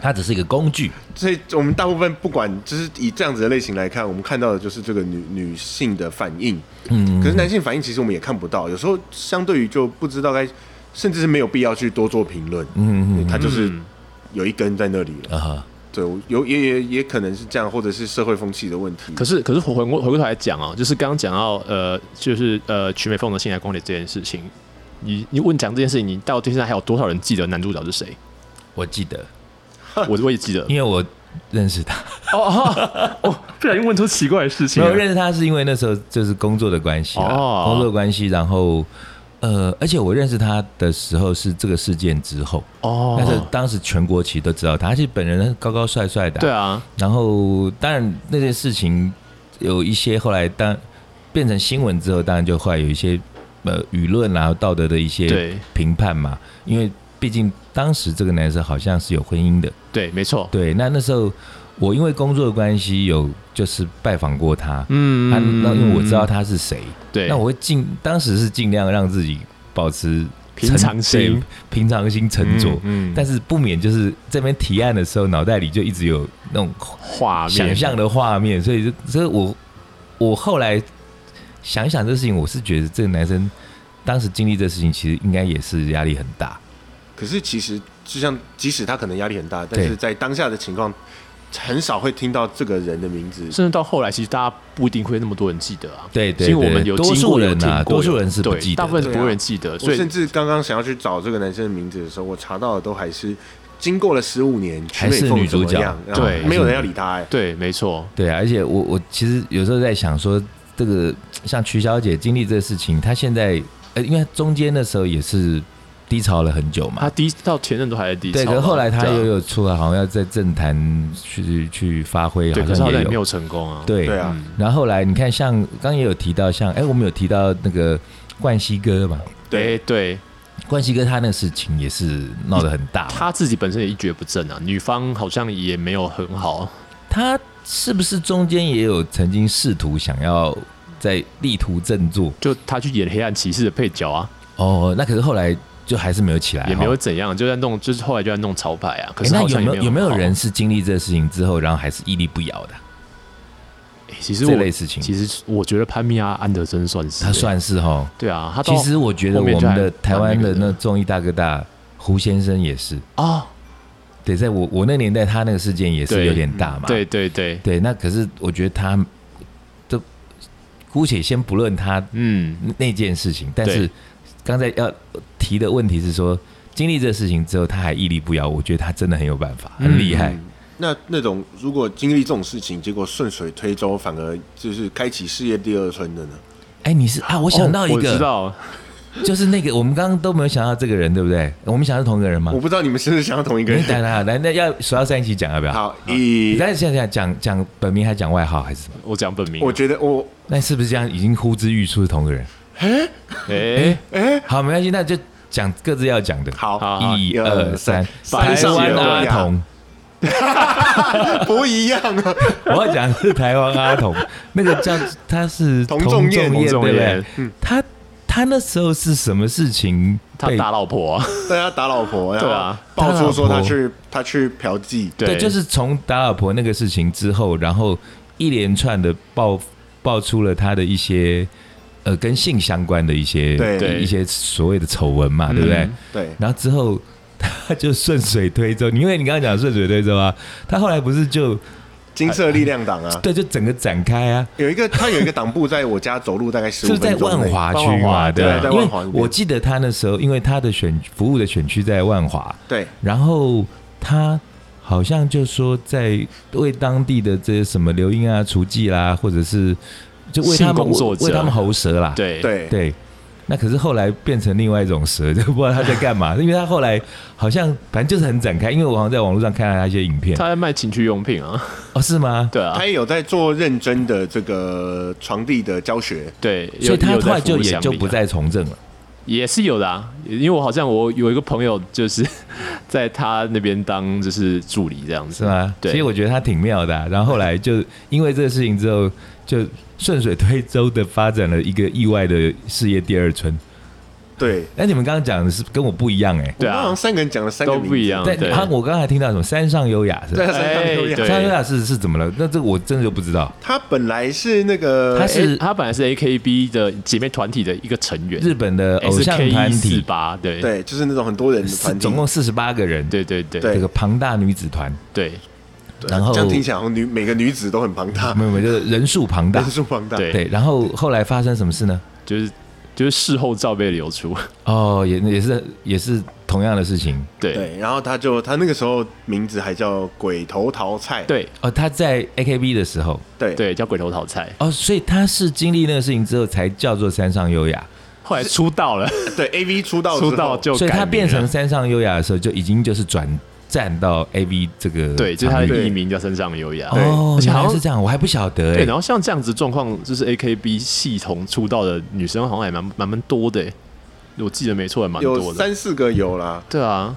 S3: 它只是一个工具。
S1: 所以我们大部分不管就是以这样子的类型来看，我们看到的就是这个女女性的反应，
S3: 嗯，
S1: 可是男性反应其实我们也看不到，有时候相对于就不知道该，甚至是没有必要去多做评论，
S3: 嗯
S1: 嗯，他就是
S2: 嗯
S1: 有一根在那里了，
S3: 啊哈，
S1: 对，我有也也也可能是这样，或者是社会风气的问题，
S2: 可是，可是回回过回过头来讲哦，就是刚刚讲到呃，就是呃，曲美凤的性爱光碟这件事情，你你问讲这件事情，你到现在还有多少人记得男主角是谁？ (laughs)
S3: 我记得，
S2: 我我也记得，
S3: 因为我认识他，
S2: 哦不小心问出奇怪的事情啊
S3: 没有认识他是因为那时候就是工作的关系啦，
S2: 哦
S3: 工作关系，然后呃，而且我认识他的时候是这个事件之后，
S2: 哦
S3: 但是当时全国其实都知道他，而且本人高高帅帅的、
S2: 对，啊，
S3: 然后当然那件事情有一些后来当变成新闻之后，当然就后来有一些呃舆论啊、道德的一些
S2: 对
S3: 评判嘛，因为毕竟当时这个男生好像是有婚姻的，
S2: 对，没错，
S3: 对，那那时候我因为工作的关系有就是拜访过他，
S2: 嗯
S3: 他啊那因为我知道他是谁，
S2: 对，
S3: 那我会尽当时是尽量让自己保持
S2: 平
S3: 沉
S2: 常心
S3: 对平常心沉着。
S2: 嗯
S3: 但是不免就是这边提案的时候，脑袋里就一直有那种
S2: 画面
S3: 想象的画面，所以这这我我后来想一想这事情，我是觉得这个男生当时经历这事情，其实应该也是压力很大。
S1: 可是其实就像，即使他可能压力很大，但是
S3: 对
S1: 在当下的情况，很少会听到这个人的名字。
S2: 甚至到后来，其实大家不一定会那么多人记得啊。
S3: 对对
S2: 因为我
S3: 对
S2: 们有
S3: 多
S2: 经
S3: 数
S2: 过有
S3: 人
S2: 听
S3: 啊
S2: 过
S3: 多数
S2: 有
S3: 人是不
S2: 对
S3: 记得
S2: 大部分是
S1: 的
S2: 不
S1: 对啊
S2: 会有人记得，所
S1: 我
S2: 以
S1: 甚至刚刚想要去找这个男生的名字的时候，我查到的都还是经过了十五年，
S3: 还是
S1: 曲美凤
S3: 女主角
S1: 怎么样然后
S2: 对
S1: 没有人要理他、哎，
S2: 对，没错，
S3: 对啊，而且我我其实有时候在想说，这个像瞿小姐经历这事情，她现在呃，因为她中间的时候也是低潮了很久
S2: 他
S3: 嘛。
S2: 第一到前任都还在第一，
S3: 对，可是后来她
S2: 对啊
S3: 又有出来，好像要在政坛去去发挥，
S2: 对，啊
S3: 好
S2: 可是好像
S3: 像也
S2: 也
S3: 有。
S2: 没有成功啊。
S3: 对嗯
S1: 对啊，
S3: 然后后来你看像，刚刚也有提到像，哎，我们有提到那个冠希哥嘛，
S2: 对对，
S3: 冠希哥他那个事情也是闹得很大嘛。
S2: 他自己本身也一蹶不振啊，女方好像也没有很好。
S3: 他是不是中间也有曾经试图想要在力图振作？
S2: 就他去演黑暗骑士的配角啊，
S3: 哦，那可是后来就还是没有起来，
S2: 也没
S3: 哈
S2: 有怎样，就在弄，就是后来就在弄潮牌啊。可
S3: 诶
S2: 是
S3: 那
S2: 好
S3: 有
S2: 像也
S3: 没有有没有
S2: 很好
S3: 人？是经历这事情之后，然后还是屹立不摇的？
S2: 诶其实
S3: 这
S2: 我
S3: 类事情
S2: 其实我觉得潘米亚安德森算是
S3: 他算是哈。
S2: 对啊，他到
S3: 其实我觉得
S2: 后面
S3: 我
S2: 就
S3: 们
S2: 还
S3: 的台湾的
S2: 蛮那
S3: 那
S2: 个
S3: 综艺大哥大胡先生也是，
S2: 啊，
S3: 对，在我我那年代，他那个事件也是
S2: 对
S3: 有点大嘛。
S2: 对对对
S3: 对，那可是我觉得他都姑且先不论他
S2: 嗯，
S3: 那件事情，但
S2: 对
S3: 是刚才要提的问题是说，经历这事情之后，他还屹立不摇，我觉得他真的很有办法，很厉
S1: 嗯
S3: 害。
S2: 嗯
S1: 那那种如果经历这种事情，结果顺水推舟，反而就是开启事业第二春的呢？
S3: 哎、你是啊，我想到一
S2: 哦我知
S3: 个，
S2: 道，
S3: 就是那个我们刚刚都没有想到这个人，对不对？我们想到同一个人吗
S1: 我？不知道你们是不是想要同一个
S3: 啊你
S1: 人。
S3: 等等啊，来，那要数到三一起讲，要不要？
S1: 好，
S3: 你
S1: 一，
S3: 再想想讲讲本名还是讲外号还是什么？
S2: 我讲本名，
S1: 我觉得我
S3: 那是不是这样已经呼之欲出的同一个人？
S2: 哎，
S3: 好，没关系，那就讲各自要讲的。
S1: 好
S2: 好
S3: 一二三，
S1: 三
S3: 台
S1: 上
S3: 湾啊
S1: 悠
S3: 阿
S1: 亚
S3: 童，
S1: 不一样啊， (laughs)
S3: 我要讲的是台湾阿童，那个叫他是
S1: 童仲彦
S2: (laughs)
S3: 童
S2: 童仲
S3: 对不
S2: 彦嗯
S3: 对？他他那时候是什么事情
S2: 他
S3: 被？
S2: 打老婆
S3: (laughs)
S2: 啊，
S1: 大家打老婆，
S2: 对
S1: 然后
S2: 啊
S1: 爆出说
S3: 打
S1: 他
S3: 老婆
S1: 去他去嫖妓，
S3: 对，就是从打老婆那个事情之后，然后一连串的爆爆出了他的一些呃跟性相关的一些
S1: 对
S2: 对
S3: 一些所谓的丑闻嘛，对不对？
S2: 嗯
S1: 对，
S3: 然后之后他就顺水推舟，因为你刚刚讲顺水推舟啊，他后来不是就
S1: 金色力量党啊，
S3: 对就整个展开啊，
S1: 有一个他有一个党部在我家走路大概十
S3: 是不
S1: 五
S3: 是在
S1: 分钟
S3: 万
S1: 内，
S3: 华区
S2: 万
S3: 嘛？
S2: 华
S3: 对吧，
S1: 对在
S3: 因为
S1: 万华那边
S3: 我记得他那时候，因为他的选服务的选区在万华，
S1: 对
S3: 然后他好像就说在为当地的这些什么留英啊、厨妓啦，或者是就为他
S2: 性
S3: 们
S2: 工作者
S3: 为他们喉舌啦，
S2: 对
S1: 对，
S3: 对。那可是后来变成另外一种蛇，就不知道他在干嘛。因为他后来好像反正就是很展开，因为我好像在网络上看到他一些影片
S2: 他在卖情趣用品啊， (laughs)
S3: 哦，是吗？
S2: 对啊
S1: 他，也有在做认真的这个床地的教学，
S2: 对，
S3: 所以
S2: 有
S3: 他
S2: 有
S3: 后来
S2: 在服
S3: 就
S2: 务
S3: 也
S2: 乡
S3: 就
S2: 里
S3: 不
S2: 啊
S3: 再从政了。
S2: 也是有的啊，因为我好像我有一个朋友就是 (laughs) 在他那边当就是助理这样子，
S3: 是吗？
S2: 对
S3: 所以我觉得他挺妙的啊、然后后来就因为这个事情之后，就顺水推舟的发展了一个意外的事业第二春。
S1: 对，
S3: 哎，你们刚刚讲的是跟我不一样哎、
S2: 对
S1: 我们好像
S2: 啊，
S1: 三个人讲了三个
S2: 都
S1: 名字
S2: 不一样，
S3: 但
S2: 对
S3: 啊，我刚才听到什么山上优雅是吧？
S1: 对，三个人都一
S2: 哎
S1: 样。
S2: 对
S3: 山上优雅是是怎么了？那这我真的就不知道。
S1: 他本来是那个，
S3: 他
S2: 他
S3: 是
S2: 他本来是 AKB 的姐妹团体的一个成员，
S3: 日本的偶像团
S2: SKE 四
S3: 体，
S2: 八，对
S1: 对，就是那种很多人的
S3: 四
S1: 团体，
S3: 总共四十八个人，
S2: 对对对
S1: 对
S3: 这个庞大女子团，
S2: 对
S1: 对
S3: 然后
S1: 这样听起来好像女每个女子都很庞大，
S3: 没有没有，就是人数庞大
S1: 人。数庞大。
S2: 对
S3: 对，然后后来发生什么事呢？
S2: 就是就是事后照被流出， (laughs)
S3: 哦，也也是也是同样的事情。
S2: 对
S1: 对，然后他就他那个时候名字还叫鬼头桃菜，
S2: 对
S3: 哦，他在 AKB 的时候，
S1: 对
S2: 对，叫鬼头讨菜，
S3: 哦，所以他是经历那个事情之后才叫做山上优雅，
S2: 后来出道了，
S1: 对，A V 出道之后
S2: (laughs) 出道就
S3: 所以
S2: 改
S3: 他
S2: 名
S3: 变成
S2: 了
S3: 山上优雅的时候就已经就是转战到 A V 这个
S2: 对，就是他
S3: 场域
S2: 的
S1: 对
S2: 艺名叫山上优雅，
S3: 哦
S2: 而，且
S3: 原
S2: 好
S3: 来
S2: 像
S3: 是这样，我还不晓得
S2: 对，
S3: 哎
S2: 然。后像这样子状况，就是 AKB 系统出道的女生好像也蛮蛮蛮多的欸，我记得没错，也蛮
S1: 有
S2: 多的。
S1: 三四个有啦。
S2: 对啊，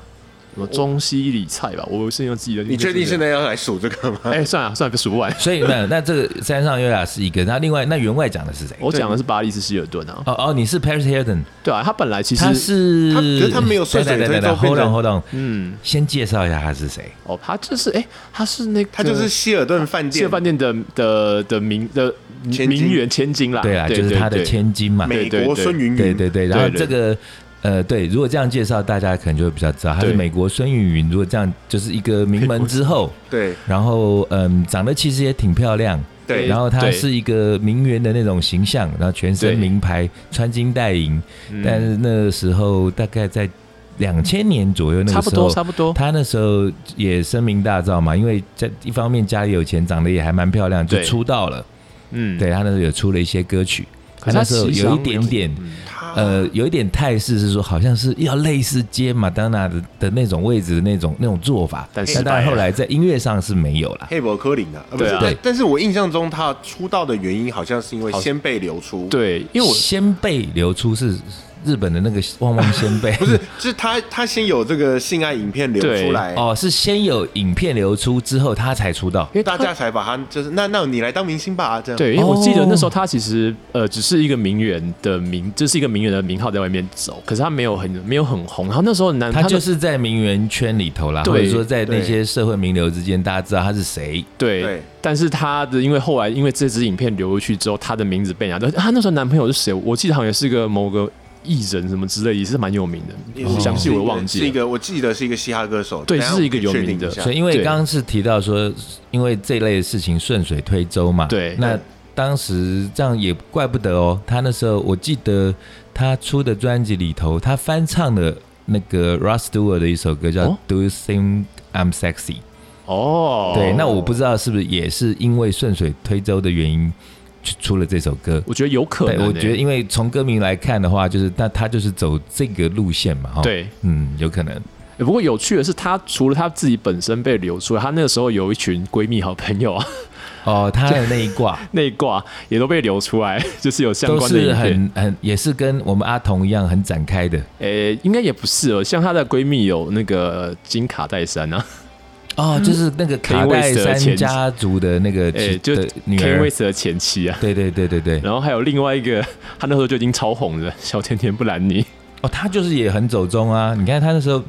S2: 什么中西里菜吧，我是要记得。
S1: 你确定现
S2: 在？
S1: 在要来数这个吗？
S2: 哎，算了算了，数不完。
S3: 所以那那这个山上优雅是一个，那另外那员外讲的是谁？
S2: 我讲的是巴黎斯希尔顿啊，
S3: 哦哦，你是 Paris Hilton，
S2: 对啊，他本来其实
S3: 他是
S1: 他可是他没有顺水
S3: 对对对对
S1: 推舟变
S3: Hold on
S1: 成
S3: Hold on，
S2: 嗯，
S3: 先介绍一下他是谁。
S2: 哦，他就是哎，他是那个
S1: 他就是希尔顿饭
S2: 谢
S1: 店，
S2: 饭店的的的名的
S1: 千金
S2: 名媛千金啦，
S3: 对啦，就是他的千金嘛。
S1: 美
S2: 对对
S1: 国
S2: 对
S1: 孙云云，
S3: 对对对，然后
S2: 对
S3: 这
S2: 对
S3: 个呃，对，如果这样介绍，大家可能就会比较知道，他是
S2: 对
S3: 美国孙云云。如果这样，就是一个名门之后，
S1: 对
S3: 然后嗯，长得其实也挺漂亮，
S1: 对
S3: 然后她
S2: 对
S3: 是一个名媛的那种形象，然后全身
S2: 对
S3: 名牌，穿金戴银。
S2: 嗯
S3: 但是那个时候大概在两千年左右，那
S2: 差
S3: 个
S2: 不
S3: 时
S2: 多
S3: 候。
S2: 差不多，
S3: 她那时候也声名大噪嘛，因为在一方面家里有钱，长得也还蛮漂亮，就
S2: 对
S3: 出道了。
S2: 嗯，
S3: 对她那时候有出了一些歌曲，
S2: 可是他
S3: 那时候
S2: 其实
S3: 有一
S2: 好像
S3: 点点
S1: 他
S3: 呃，有一点态势是说，好像是要类似接马丹娜的的那种位置的那种那种做法，
S2: 但
S3: 但
S2: 失败
S3: 当然
S2: 了
S3: 后来在音乐上是没有啦。
S1: 黑伯科林啊，呃不
S2: 对
S1: 是
S2: 啊，
S1: 但但是我印象中他出道的原因好像是因为
S2: 好
S1: 先被流出，，
S2: 对，因为我
S3: 先辈流出是日本的那个旺旺先
S2: (laughs)
S3: 辈，不
S1: 不是，就是他他先有这个性爱影片流出来，
S3: 哦，是先有影片流出之后他才出道
S2: 因为
S1: 大
S2: 他
S1: 家才把他就是那那你来当明星吧，这样，
S2: 对，因为我记得那时
S3: 哦
S2: 候他其实呃只是一个名媛的名，就是一个名媛的名号在外面走，可是他没有很没有很红。然后那时候男
S3: 他就是是在名媛圈里头啦，
S2: 对
S3: 或者说在那
S1: 对
S3: 些社会名流之间，大家知道他是谁。
S2: 对，
S1: 对
S2: 但是他的因为后来因为这支影片流出去之后，他的名字被拿掉。啊他那时候男朋友是谁？我记得好像也是个某个艺人什么之类，也是蛮有名的，哦
S1: 也是
S2: 详细
S1: 是一
S2: 我
S1: 个
S2: 忘记了。
S1: 是一个我记得是一个嘻哈歌手，
S2: 对
S1: 等下
S2: 是一个有
S1: 我可以
S2: 名的
S1: 确定一下
S3: 所以因为
S2: 对
S3: 刚刚是提到说，因为这类的事情顺水推舟嘛，
S2: 对
S3: 那当时这样也怪不得哦。他那时候我记得他出的专辑里头，他翻唱的那个 Rod Stewart 的一首歌叫《
S2: 哦
S3: Do You Think I'm Sexy》。
S2: 哦，
S3: 对，那我不知道是不是也是因为顺水推舟的原因去出了这首歌。
S2: 我觉得有可能
S3: 对，
S2: 欸、
S3: 我觉得因为从歌名来看的话，就是那他就是走这个路线嘛，哈。，
S2: 对、
S3: 嗯，有可能。
S2: 欸不过有趣的是，她除了她自己本身被流出来，她那个时候有一群闺蜜好朋友啊， (laughs)
S3: 哦，他的那一挂
S2: 那一挂也都被流出来， (laughs) 就是有相
S3: 都
S2: 关的
S3: 是
S2: 影片。
S3: 很很也是跟我们阿童一样很展开的。
S2: 诶、应该也不是哦，像她的闺蜜有那个金卡戴珊啊，
S3: 哦，就是那个卡
S2: Kanye
S3: 戴
S2: West 的
S3: 珊
S2: 前
S3: 家族的那个
S2: 诶、
S3: 其
S2: 欸就
S3: 的女
S2: Kanye
S3: 儿。
S2: West 的前妻啊，
S3: 对对对对对，
S2: 然后还有另外一个，她那时候就已经超红的 (laughs) 小甜甜布兰妮。
S3: 哦，他就是也很走中啊。你看他那时候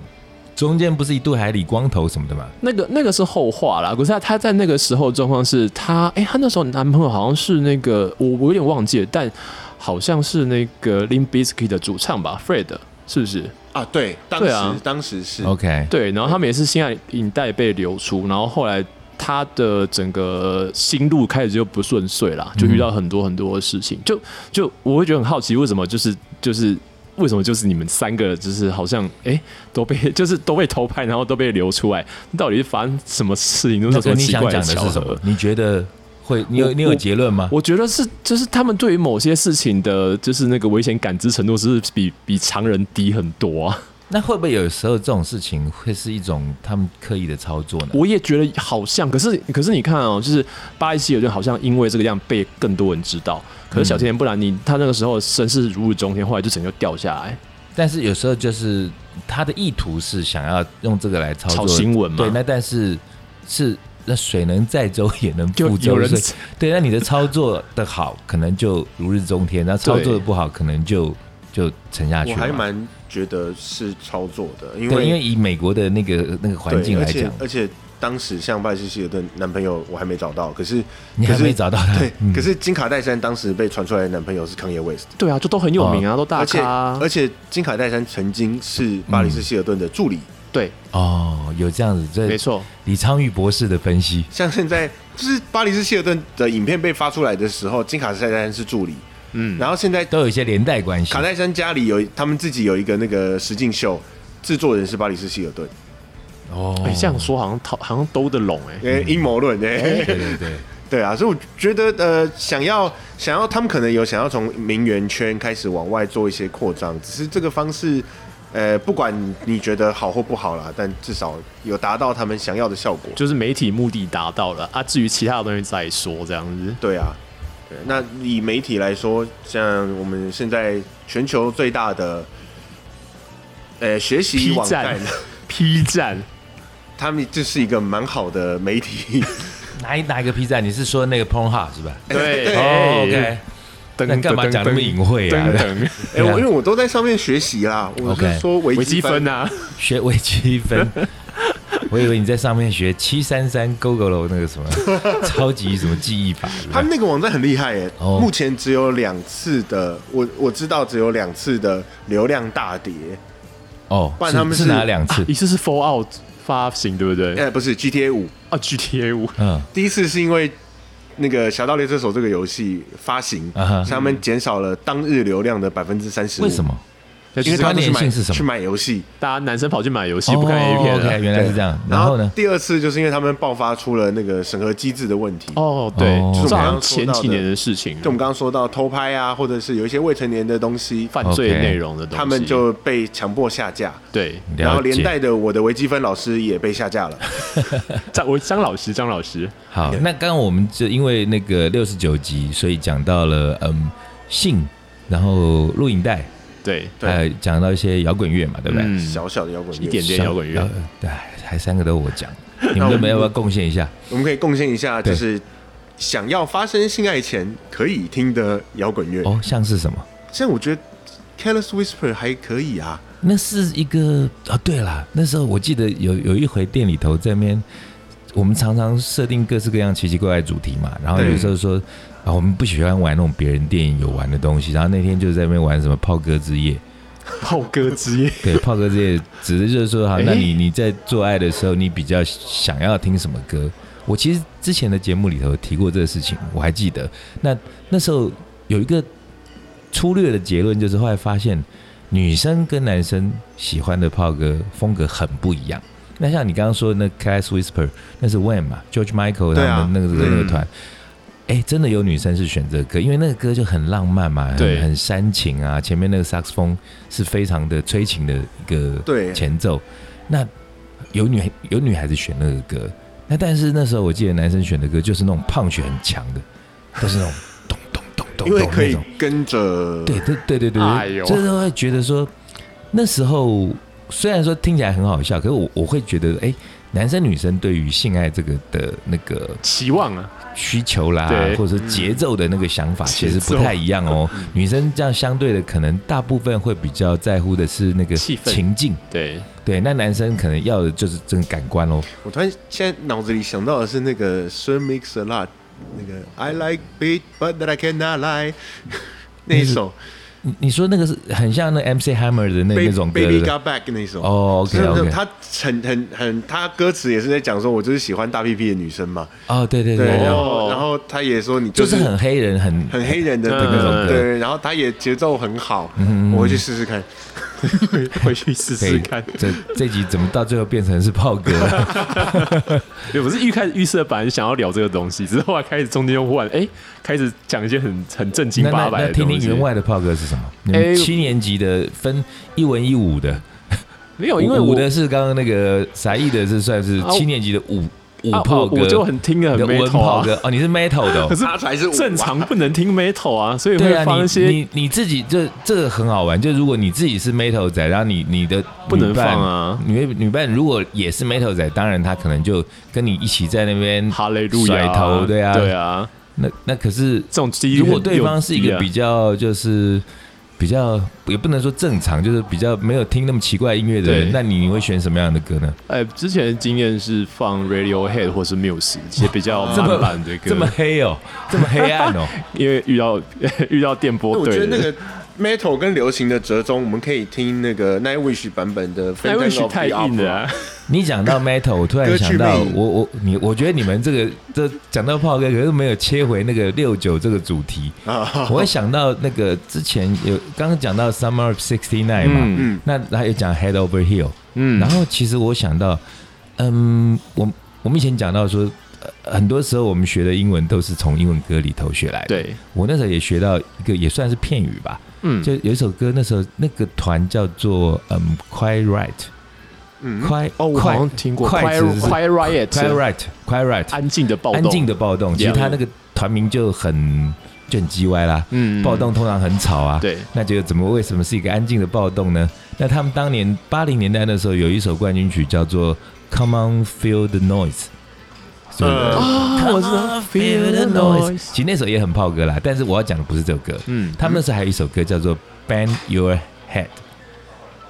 S3: 中间不是一度还理光头什么的嘛？
S2: 那个那个是后话啦，可是她她在那个时候状况是她，哎、她那时候男朋友好像是那个我我有点忘记了，但好像是那个 Lim Biscuit 的主唱吧，Fred 是不是？
S1: 啊，对，当
S2: 对
S1: 时、
S2: 啊
S1: 当时是
S3: OK，
S2: 对，然后他们也是现在影带被流出，然后后来他的整个心路开始就不顺遂啦，
S3: 嗯
S2: 就遇到很多很多的事情，就就我会觉得很好奇，为什么就是就是。为什么就是你们三个就是好像哎、诶都被就是都被偷拍，然后都被流出来，到底是发生什么事情？都
S3: 那
S2: 是什
S3: 个
S2: 么
S3: 你
S2: 奇
S3: 想
S2: 怪
S3: 讲的
S2: 巧
S3: 是什
S2: 合
S3: 么？？你觉得会？你有
S2: 我
S3: 你有结论吗？
S2: 我觉得是，就是他们对于某些事情的，就是那个危险感知程度是比比常人低很多啊。
S3: 那会不会有时候这种事情会是一种他们刻意的操作呢？
S2: 我也觉得好像，可是可是你看哦，就是巴西有顿好像因为这个样被更多人知道，可
S1: 嗯
S2: 是小甜甜布兰妮她那个时候身世如日中天，后来就整个掉下来，
S3: 但是有时候就是他的意图是想要用这个来操
S2: 炒
S3: 作
S2: 新闻嘛
S3: 对，那但是是那水能载舟也能
S2: 就
S3: 覆
S2: 有
S3: 舟，
S2: 人
S3: 所以对，那你的操作的好，可能就如日中天；那操作的不好，可能就就沉下去
S1: 我
S3: 了嘛。
S1: 还蛮觉得是操作的，因
S3: 对，
S1: 为
S3: 因为以美国的那个那个
S1: 对
S3: 环境来讲，
S1: 而且而且当时像拜西希尔顿男朋友我还没找到，可是
S3: 你还没找到他
S1: 可是对，
S3: 嗯
S1: 可是金卡戴珊当时被传出来的男朋友是康耶 West，
S2: 对啊，就都很有名啊，都大
S1: 而且
S2: 咖啊、
S1: 嗯而且金卡戴珊曾经是巴里斯希尔顿的助理，
S3: 嗯
S2: 对，
S3: 哦，有这样子，这
S2: 没错，
S1: 哦
S3: 李昌钰博士的分析，
S1: 像现在就是巴里斯希尔顿的影片被发出来的时候，金卡戴珊是助理，
S2: 嗯，
S1: 然后现在
S3: 都有一些连带关系
S1: 卡。戴珊家里有他们自己有一个那个实境秀，制作人是巴里斯希尔顿，
S3: 哦
S2: 哎、这样说好像讨好像兜得拢哎、
S1: 哎，
S3: 嗯
S1: 阴谋论哎。
S3: (laughs) 对对
S2: (laughs)
S3: 对，
S1: 对啊，所以我觉得呃，想要想要他们可能有想要从名媛圈开始往外做一些扩张，只是这个方式，呃，不管你觉得好或不好啦，但至少有达到他们想要的效果。
S2: 就是媒体目的达到了啊，至于其他的东西再说这样子。
S1: 对啊，对，那以媒体来说，像我们现在全球最大的，呃，学习
S2: P
S1: 网站
S2: 站，，P 站，
S1: 他们这是一个蛮好的媒
S2: (laughs)
S1: 体。
S3: 哪一哪一个 P 站？你是说那个 Pornhub 是吧？
S1: 哎
S2: 对
S3: 哦，OK，
S2: 等
S3: 那你干嘛讲那么隐晦啊
S2: 等等，
S1: 哎、我
S3: 对啊
S1: 因为我都在上面学习啦，我是
S3: OK
S1: 说微
S2: 微积分
S1: 呐、
S2: 啊，
S3: 学微积分。我以为你在上面学七三三 Google 那个什么超级什么记忆法，
S1: 他们那个网站很厉害耶，
S3: 哦
S1: 目前只有两次的，我我知道只有两次的流量大跌，
S3: 哦，
S1: 不然
S3: 是
S1: 他们
S3: 是
S1: 是
S3: 哪两次
S2: 啊一？次是 Fallout 发行对不对？
S1: 哎、不是 GTA 五，
S2: 啊，GTA 五，
S3: 嗯，
S1: 第一次是因为那个《侠盗猎车手》这个游戏发行，
S3: 啊哈
S1: 所以他们减少了当日流量的百分之三十，
S3: 为什？么？
S1: 因为他们去
S3: 关联性
S1: 买
S3: 是什么
S1: 去买游戏，
S2: 大家男生跑去买游戏不看 A 片啊
S3: 哦，OK，
S2: 了。
S3: 原来是这样。然后呢？
S1: 第二次就是因为他们爆发出了那个审核机制的问题。
S2: 哦，对
S3: 哦，
S2: 这好像前几年的事情，
S1: 就我们刚刚说到偷拍啊，或者是有一些未成年的东西，
S2: 犯罪内容的东西，
S1: 他们就被强迫下架，
S2: 对，
S3: 了解
S1: 然后连带的我的微积分老师也被下架了。
S2: 张我张老师，张老师，
S3: 好，那刚刚我们就因为那个六十九集，所以讲到了嗯性，然后录影带，
S2: 对，
S1: 对
S3: 还有讲到一些摇滚乐嘛，对不对？
S2: 嗯
S1: 小小的摇滚乐，
S2: 一点点摇滚乐
S3: 呃，对，还三个都我讲，你们都没有要不要贡献一下？
S1: 我们可以贡献一下，
S3: 对
S1: 就是想要发生性爱前可以听的摇滚乐。
S3: 哦，像是什么？
S1: 像我觉得 Careless Whisper 还可以啊，
S3: 那是一个啊，对啦，那时候我记得有有一回店里头这边，我们常常设定各式各样奇奇怪怪的主题嘛，然后
S1: 对
S3: 有时候说啊，我们不喜欢玩那种别人电影有玩的东西，然后那天就在那边玩什么炮哥之夜，
S2: 炮哥之夜，
S1: (laughs)
S3: 对，炮哥之夜，只是就是说，好，
S2: 诶
S3: 那你你在做爱的时候，你比较想要听什么歌？我其实之前的节目里头提过这个事情，我还记得。那那时候有一个粗略的结论，就是后来发现女生跟男生喜欢的炮哥风格很不一样。那像你刚刚说的那 Class Whisper，那是 Wham 嘛，George Michael
S1: 对
S3: 他
S1: 啊
S3: 们那个、
S1: 嗯
S3: 那个团。哎、真的有女生是选这个歌，因为那个歌就很浪漫嘛，
S2: 对
S3: 很很煽情啊。前面那个萨克斯风是非常的催情的一个
S1: 对
S3: 前奏。那有女有女孩子选那个歌，那但是那时候我记得男生选的歌就是那种胖曲很强的，都是那
S1: (laughs)
S3: 种咚咚咚咚
S1: 因为
S3: 咚
S1: 可
S3: 那
S1: 以
S3: 种。
S1: 跟着
S3: 对对对对对
S2: 哎呦
S3: 对，就是会觉得说，那时候虽然说听起来很好笑，可是我我会觉得，哎、男生女生对于性爱这个的那个
S2: 期望啊，
S3: 需求啦
S2: 对，嗯
S3: 或者说节奏的那个想法，
S2: 节奏
S3: 其
S2: 嗯
S3: 实不太一样哦。女生这样相对的，可能大部分会比较在乎的是那个
S2: 气氛
S3: 情境，
S2: 对，
S3: 对。那男生可能要的就是这个感官哦。
S1: 我突然现在脑子里想到的是那个 Sir Mix a Lot，那个 I like beat but that I cannot lie (laughs) 那一首
S3: 你你说那个是很像那 MC Hammer 的那
S1: Ba-
S3: 那种歌
S1: Baby
S3: 对不对
S1: Got Back 那一首。
S3: 哦
S1: 就是
S3: ，OK
S1: 那种
S3: OK，
S1: 他很很很，他歌词也是在讲说，我就是喜欢大屁屁的女生嘛。
S3: 哦，对对
S1: 对，
S3: 对
S1: 然
S3: 对，
S1: 后然后他也说你
S3: 就
S1: 就是是
S3: 很黑人，很
S1: 很黑人的
S2: 嗯
S1: 那
S3: 嗯
S1: 种，
S3: 嗯
S1: 对，然后他也节奏很好，
S3: 嗯
S1: 我回去试试看。
S2: 回去试试
S3: 嘿
S2: 看。
S3: 这这集怎么到最后变成是炮
S2: (laughs)
S3: 哥了？
S2: 对，我是预开始预设本来想要聊这个东西，只是后来开始中间又忽然哎、开始讲一些很很正经
S3: 那
S2: 八
S3: 那
S2: 百
S3: 那
S2: 的
S3: 听
S2: 东西。
S3: 听员外的炮哥是什么？你们
S2: 哎
S3: 七年级的分一文一武的。
S2: 没有，哦因为
S3: 五
S2: 我
S3: 五的是刚刚那个傻义的是算是
S2: 啊
S3: 七年级的五五
S2: 啊
S3: 炮
S2: 啊
S3: 哥，
S2: 我就很听得很
S3: 你的文
S2: metal
S3: 炮
S2: 啊，
S3: 哥哦，你是 metal 的、
S2: (laughs) 可
S3: 哦。
S2: 是
S1: 他才是我
S2: 正常不能听 metal 啊，所以
S3: 对
S2: 会
S3: 啊，
S2: 放一
S3: 你
S2: 些
S3: 你你自己这这个很好玩，就如果你自己是 metal 仔，然后你你的
S2: 不能
S3: 女伴
S2: 放啊
S3: 女女伴如果也是 metal 仔，当然她可能就跟你一起在那边
S2: 哈雷路
S3: 甩
S2: 亚
S3: 头，对啊，
S2: 对啊，
S3: 那那可是
S2: 这种基因
S3: 如果
S2: 很
S3: 对方是一
S2: 有啊
S3: 个
S2: 机
S3: 比较就是比较也不能说正常，就是比较没有听那么奇怪音乐的人
S2: 对，
S3: 那你你会选什么样的歌呢？
S2: 啊，哎，之前的经验是放 Radiohead 或是 Muse 一些比较
S3: 这么
S2: 慢版的歌，
S3: 这么黑哦，这么黑暗
S2: (laughs)
S3: 哦。
S2: 因为遇到遇到电
S1: 那
S2: 波
S1: 我
S2: 队
S1: 觉
S2: 的哎
S1: 得
S2: 人，
S1: 那个 metal 跟流行的折中，我们可以听那个 Nightwish 版本的
S2: 那
S1: Phantom of the Opera。
S2: 位许太硬了啊、
S3: 你
S2: (laughs)
S3: 讲到 metal，我突然想到
S1: 歌曲魅影
S3: 我我你，我觉得你们这个这讲到炮哥，可是没有切回那个六九这个主题。
S1: 啊！
S2: 哦
S3: 我会想到那个之前有刚刚讲到 Summer of '69 嘛，
S2: 嗯
S3: 那还有讲 Head Over Heel，
S2: 嗯，
S3: 然后其实我想到，嗯，我我们以前讲到说，呃很多时候我们学的英文都是从英文歌里头学来的。
S2: 对，
S3: 我那时候也学到一个也算是片语吧，
S2: 嗯，
S3: 就有一首歌，那时候那个团叫做嗯 Quiet Right，
S1: 嗯，
S3: 快
S2: 哦，我好
S3: 快
S2: 像听过
S3: 快
S2: Quiet
S3: 子是
S2: Quiet Riot
S3: Quiet Right Quiet Right
S2: 安静的啊暴动，
S3: 安静的暴动，其实
S2: Yeah
S3: 他那个团名就很就很叽歪啦，
S2: 嗯
S3: 暴动通常很吵啊，
S2: 对，
S3: 那就怎么为什么是一个安静的暴动呢？那他们当年八零年代的时候有一首冠军曲叫做 Come on Feel the Noise。是不是
S1: 呃
S2: 啊，我知道
S3: Feel the noise，其实那首也很炮歌啦，但是我要讲的不是这首歌，
S2: 嗯，
S3: 他们那时候还有一首歌叫做《Bend Your Head》，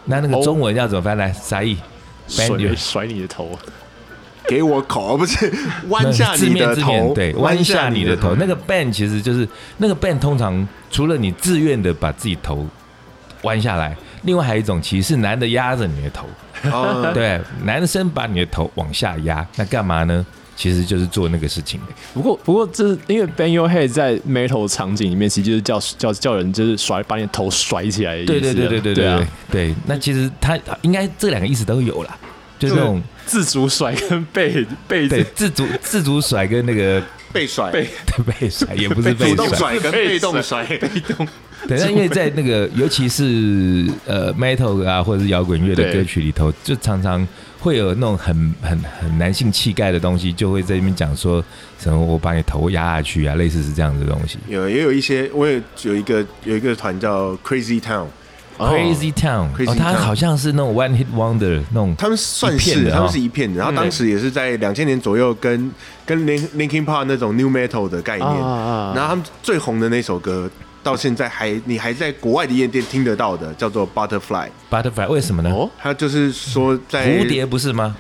S3: 那那个
S2: 哦
S3: 中文要怎么翻来？沙溢，Bend
S2: 甩
S3: your-
S2: 甩你的头，
S1: 给我口，不
S3: (laughs)
S1: 是
S3: 那
S1: 弯
S3: 是
S1: 下
S3: 字
S1: 你
S3: 面
S1: 的
S3: 字面
S1: 头，
S3: 对，弯下你的头。。那个 bend 其实就是那个 bend，通常除了你自愿的把自己头弯下来，另外还有一种其实是男的压着你的头，
S1: 哦，
S3: (laughs) 对，男生把你的头往下压，那干嘛呢？其实就是做那个事情。
S2: 不过不过这是因为 Bang Your Head 在 Metal 场景里面，其实就是叫叫叫人就是甩把你的头甩起来的意思啊，
S3: 对对对对对
S2: 对啊
S3: 对，对，那其实他应该这两个意思都有啦，就是那种
S2: 自主甩跟被被
S3: 对自主自主甩跟那个
S1: 被甩，
S2: 被
S3: 被甩，也不是被
S1: 主动
S3: 甩。
S1: 甩跟被动甩，
S3: 对，那因为在那个，尤其是呃 metal 啊，或者是摇滚乐的
S2: 对
S3: 歌曲里头，就常常会有那种很很很男性气概的东西，就会在那边讲说什么我把你头压下去啊，类似是这样的东西。
S1: 有也有一些，我有有一个有一个团叫 Crazy Town，
S2: 哦
S3: Crazy Town，
S1: Crazy
S3: 哦，它
S1: Town
S3: 好像是那种 one hit wonder 那种，
S1: 他们算
S3: 一片
S1: 是
S3: 的哦
S1: 他们是一片的，然后当时也是在两千年左右跟跟 Lin- Linkin Park 那种 New Metal 的概
S2: 啊
S1: 念，
S2: 啊啊
S1: 然后他们最红的那首歌。到现在还你还在国外的夜店听得到的，叫做《Butterfly》，
S3: Butterfly 为什么呢？
S2: 哦
S1: 它就是说在
S3: 蝴蝶不是吗？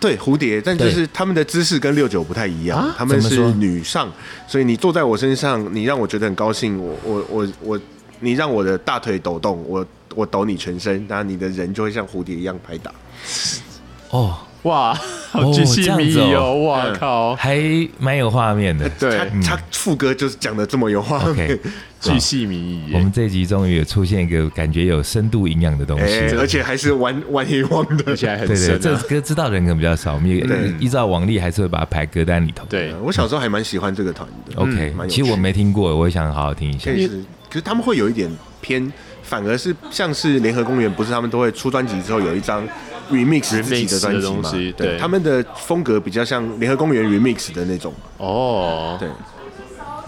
S1: 对蝴蝶，但就
S3: 对
S1: 是他们的姿势跟六九不太一样
S2: 啊，
S1: 他们
S3: 怎么
S1: 是
S3: 说
S1: 女上，所以你坐在我身上，你让我觉得很高兴，我我我我，你让我的大腿抖动，我我抖你全身，然后你的人就会像蝴蝶一样拍打。
S3: 哦，
S2: 哇，好巨
S3: 这
S2: 细
S3: 样
S2: 靡
S3: 子
S2: 遗
S3: 哦
S2: 哦，哇靠，
S3: 还蛮有画面的。
S1: 他
S2: (laughs) 对，
S1: 他副歌就是讲的这么有画 (laughs) 面
S2: (laughs)
S3: 嗯 OK，
S2: 巨细靡遗
S3: 我
S2: 耶，
S3: 们这一集终于有出现一个感觉有深度营养的东西。
S1: 哎，而且还是玩玩黑汪的
S2: 而。且还很
S3: 对对，
S2: 深
S3: 这
S2: 啊
S3: 首，歌知道的人可能比较少，我们也
S1: 对
S3: 依照往例还是会把它排歌单里头。
S2: 对，
S1: (laughs) 我小时候还蛮喜欢这个团的。
S3: ，OK，
S1: 嗯蛮有
S3: 其实我
S1: 趣的
S3: 没听过，我也想好好听一下
S1: 可。以是，可是他们会有一点偏，反而是像是联合公园，不是他们都会出专辑之后有一张 remix 自己的专辑
S2: 的
S1: 嘛
S2: 东西？对
S1: 他们的风格比较像联合公园 remix 的那种。
S2: 哦，
S1: 对，
S3: 好
S2: 啊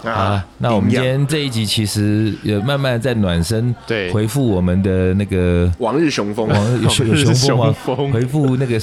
S3: 了，啊那我们
S1: 营
S3: 今
S1: 养
S3: 天这一集其实也慢慢在暖身，
S2: 对
S3: 回复我们的那个
S1: 往日雄风，
S2: (laughs)
S3: 网有熊有
S2: 是
S3: 雄风吗？
S2: 雄风
S3: 回复那个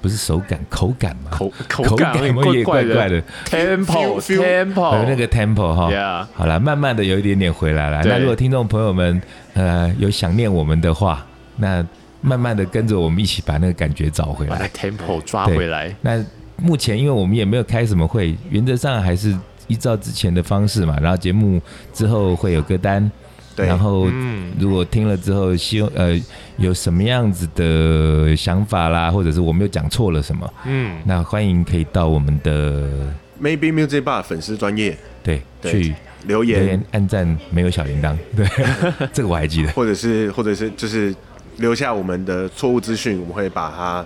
S3: 不是手感口感吗？
S2: 口
S3: 口
S2: 口感
S3: 感
S2: 有点
S3: 我也
S2: 怪
S3: 怪怪的
S2: tempo
S1: feel-
S2: tempo
S3: 还有那个 tempo 哈
S2: Yeah
S3: 好了，慢慢的有一点点回来了。
S2: 对
S3: 那如果听众朋友们呃有想念我们的话，那慢慢的跟着我们一起把那个感觉找回
S2: 把
S3: 来
S2: 那。tempo 抓
S3: 对
S2: 回来，
S3: 那目前因为我们也没有开什么会，原则上还是依照之前的方式嘛。然后节目之后会有歌单，
S1: 对
S3: 然后
S2: 嗯
S3: 如果听了之后，希望呃有什么样子的想法啦，或者是我们又讲错了什么，
S2: 嗯，
S3: 那欢迎可以到我们的
S1: (laughs) Maybe Music Bar 粉丝专业
S3: 对
S1: 对
S3: 去
S1: 留
S3: 留
S1: 言
S3: 言，按赞，没有小铃铛，对， (laughs) 这个我还记得。
S1: 或者是或者是就是留下我们的错误资讯，我们会把它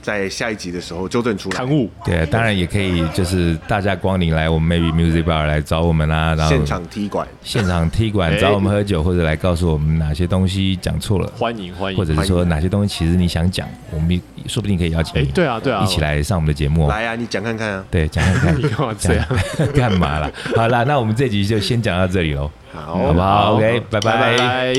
S1: 在下一集的时候纠正出来
S2: 刊。物
S3: 对，当然也可以，就是大驾光临来我们 Maybe Music Bar 来找我们啦、然后
S1: 现场踢馆，
S3: 现场踢馆
S2: 哎
S3: 找我们喝酒，或者来告诉我们哪些东西讲错了，
S2: 欢迎欢迎，
S3: 或者是
S1: 欢
S3: 说
S1: 迎
S3: 哪些东西其实你想讲，我们说不定可以邀请
S2: 哎
S3: 你，
S2: 对啊对啊，
S3: 一起来上我们的节目哦。
S1: 来啊，你讲看看啊。
S3: 对，讲讲看
S2: 你干嘛 (laughs) 这样？
S3: 讲， (laughs) 干嘛啦？好啦，那我们这集就先讲到这里喽，
S1: 好，
S3: 好不好？OK，拜
S2: 拜拜。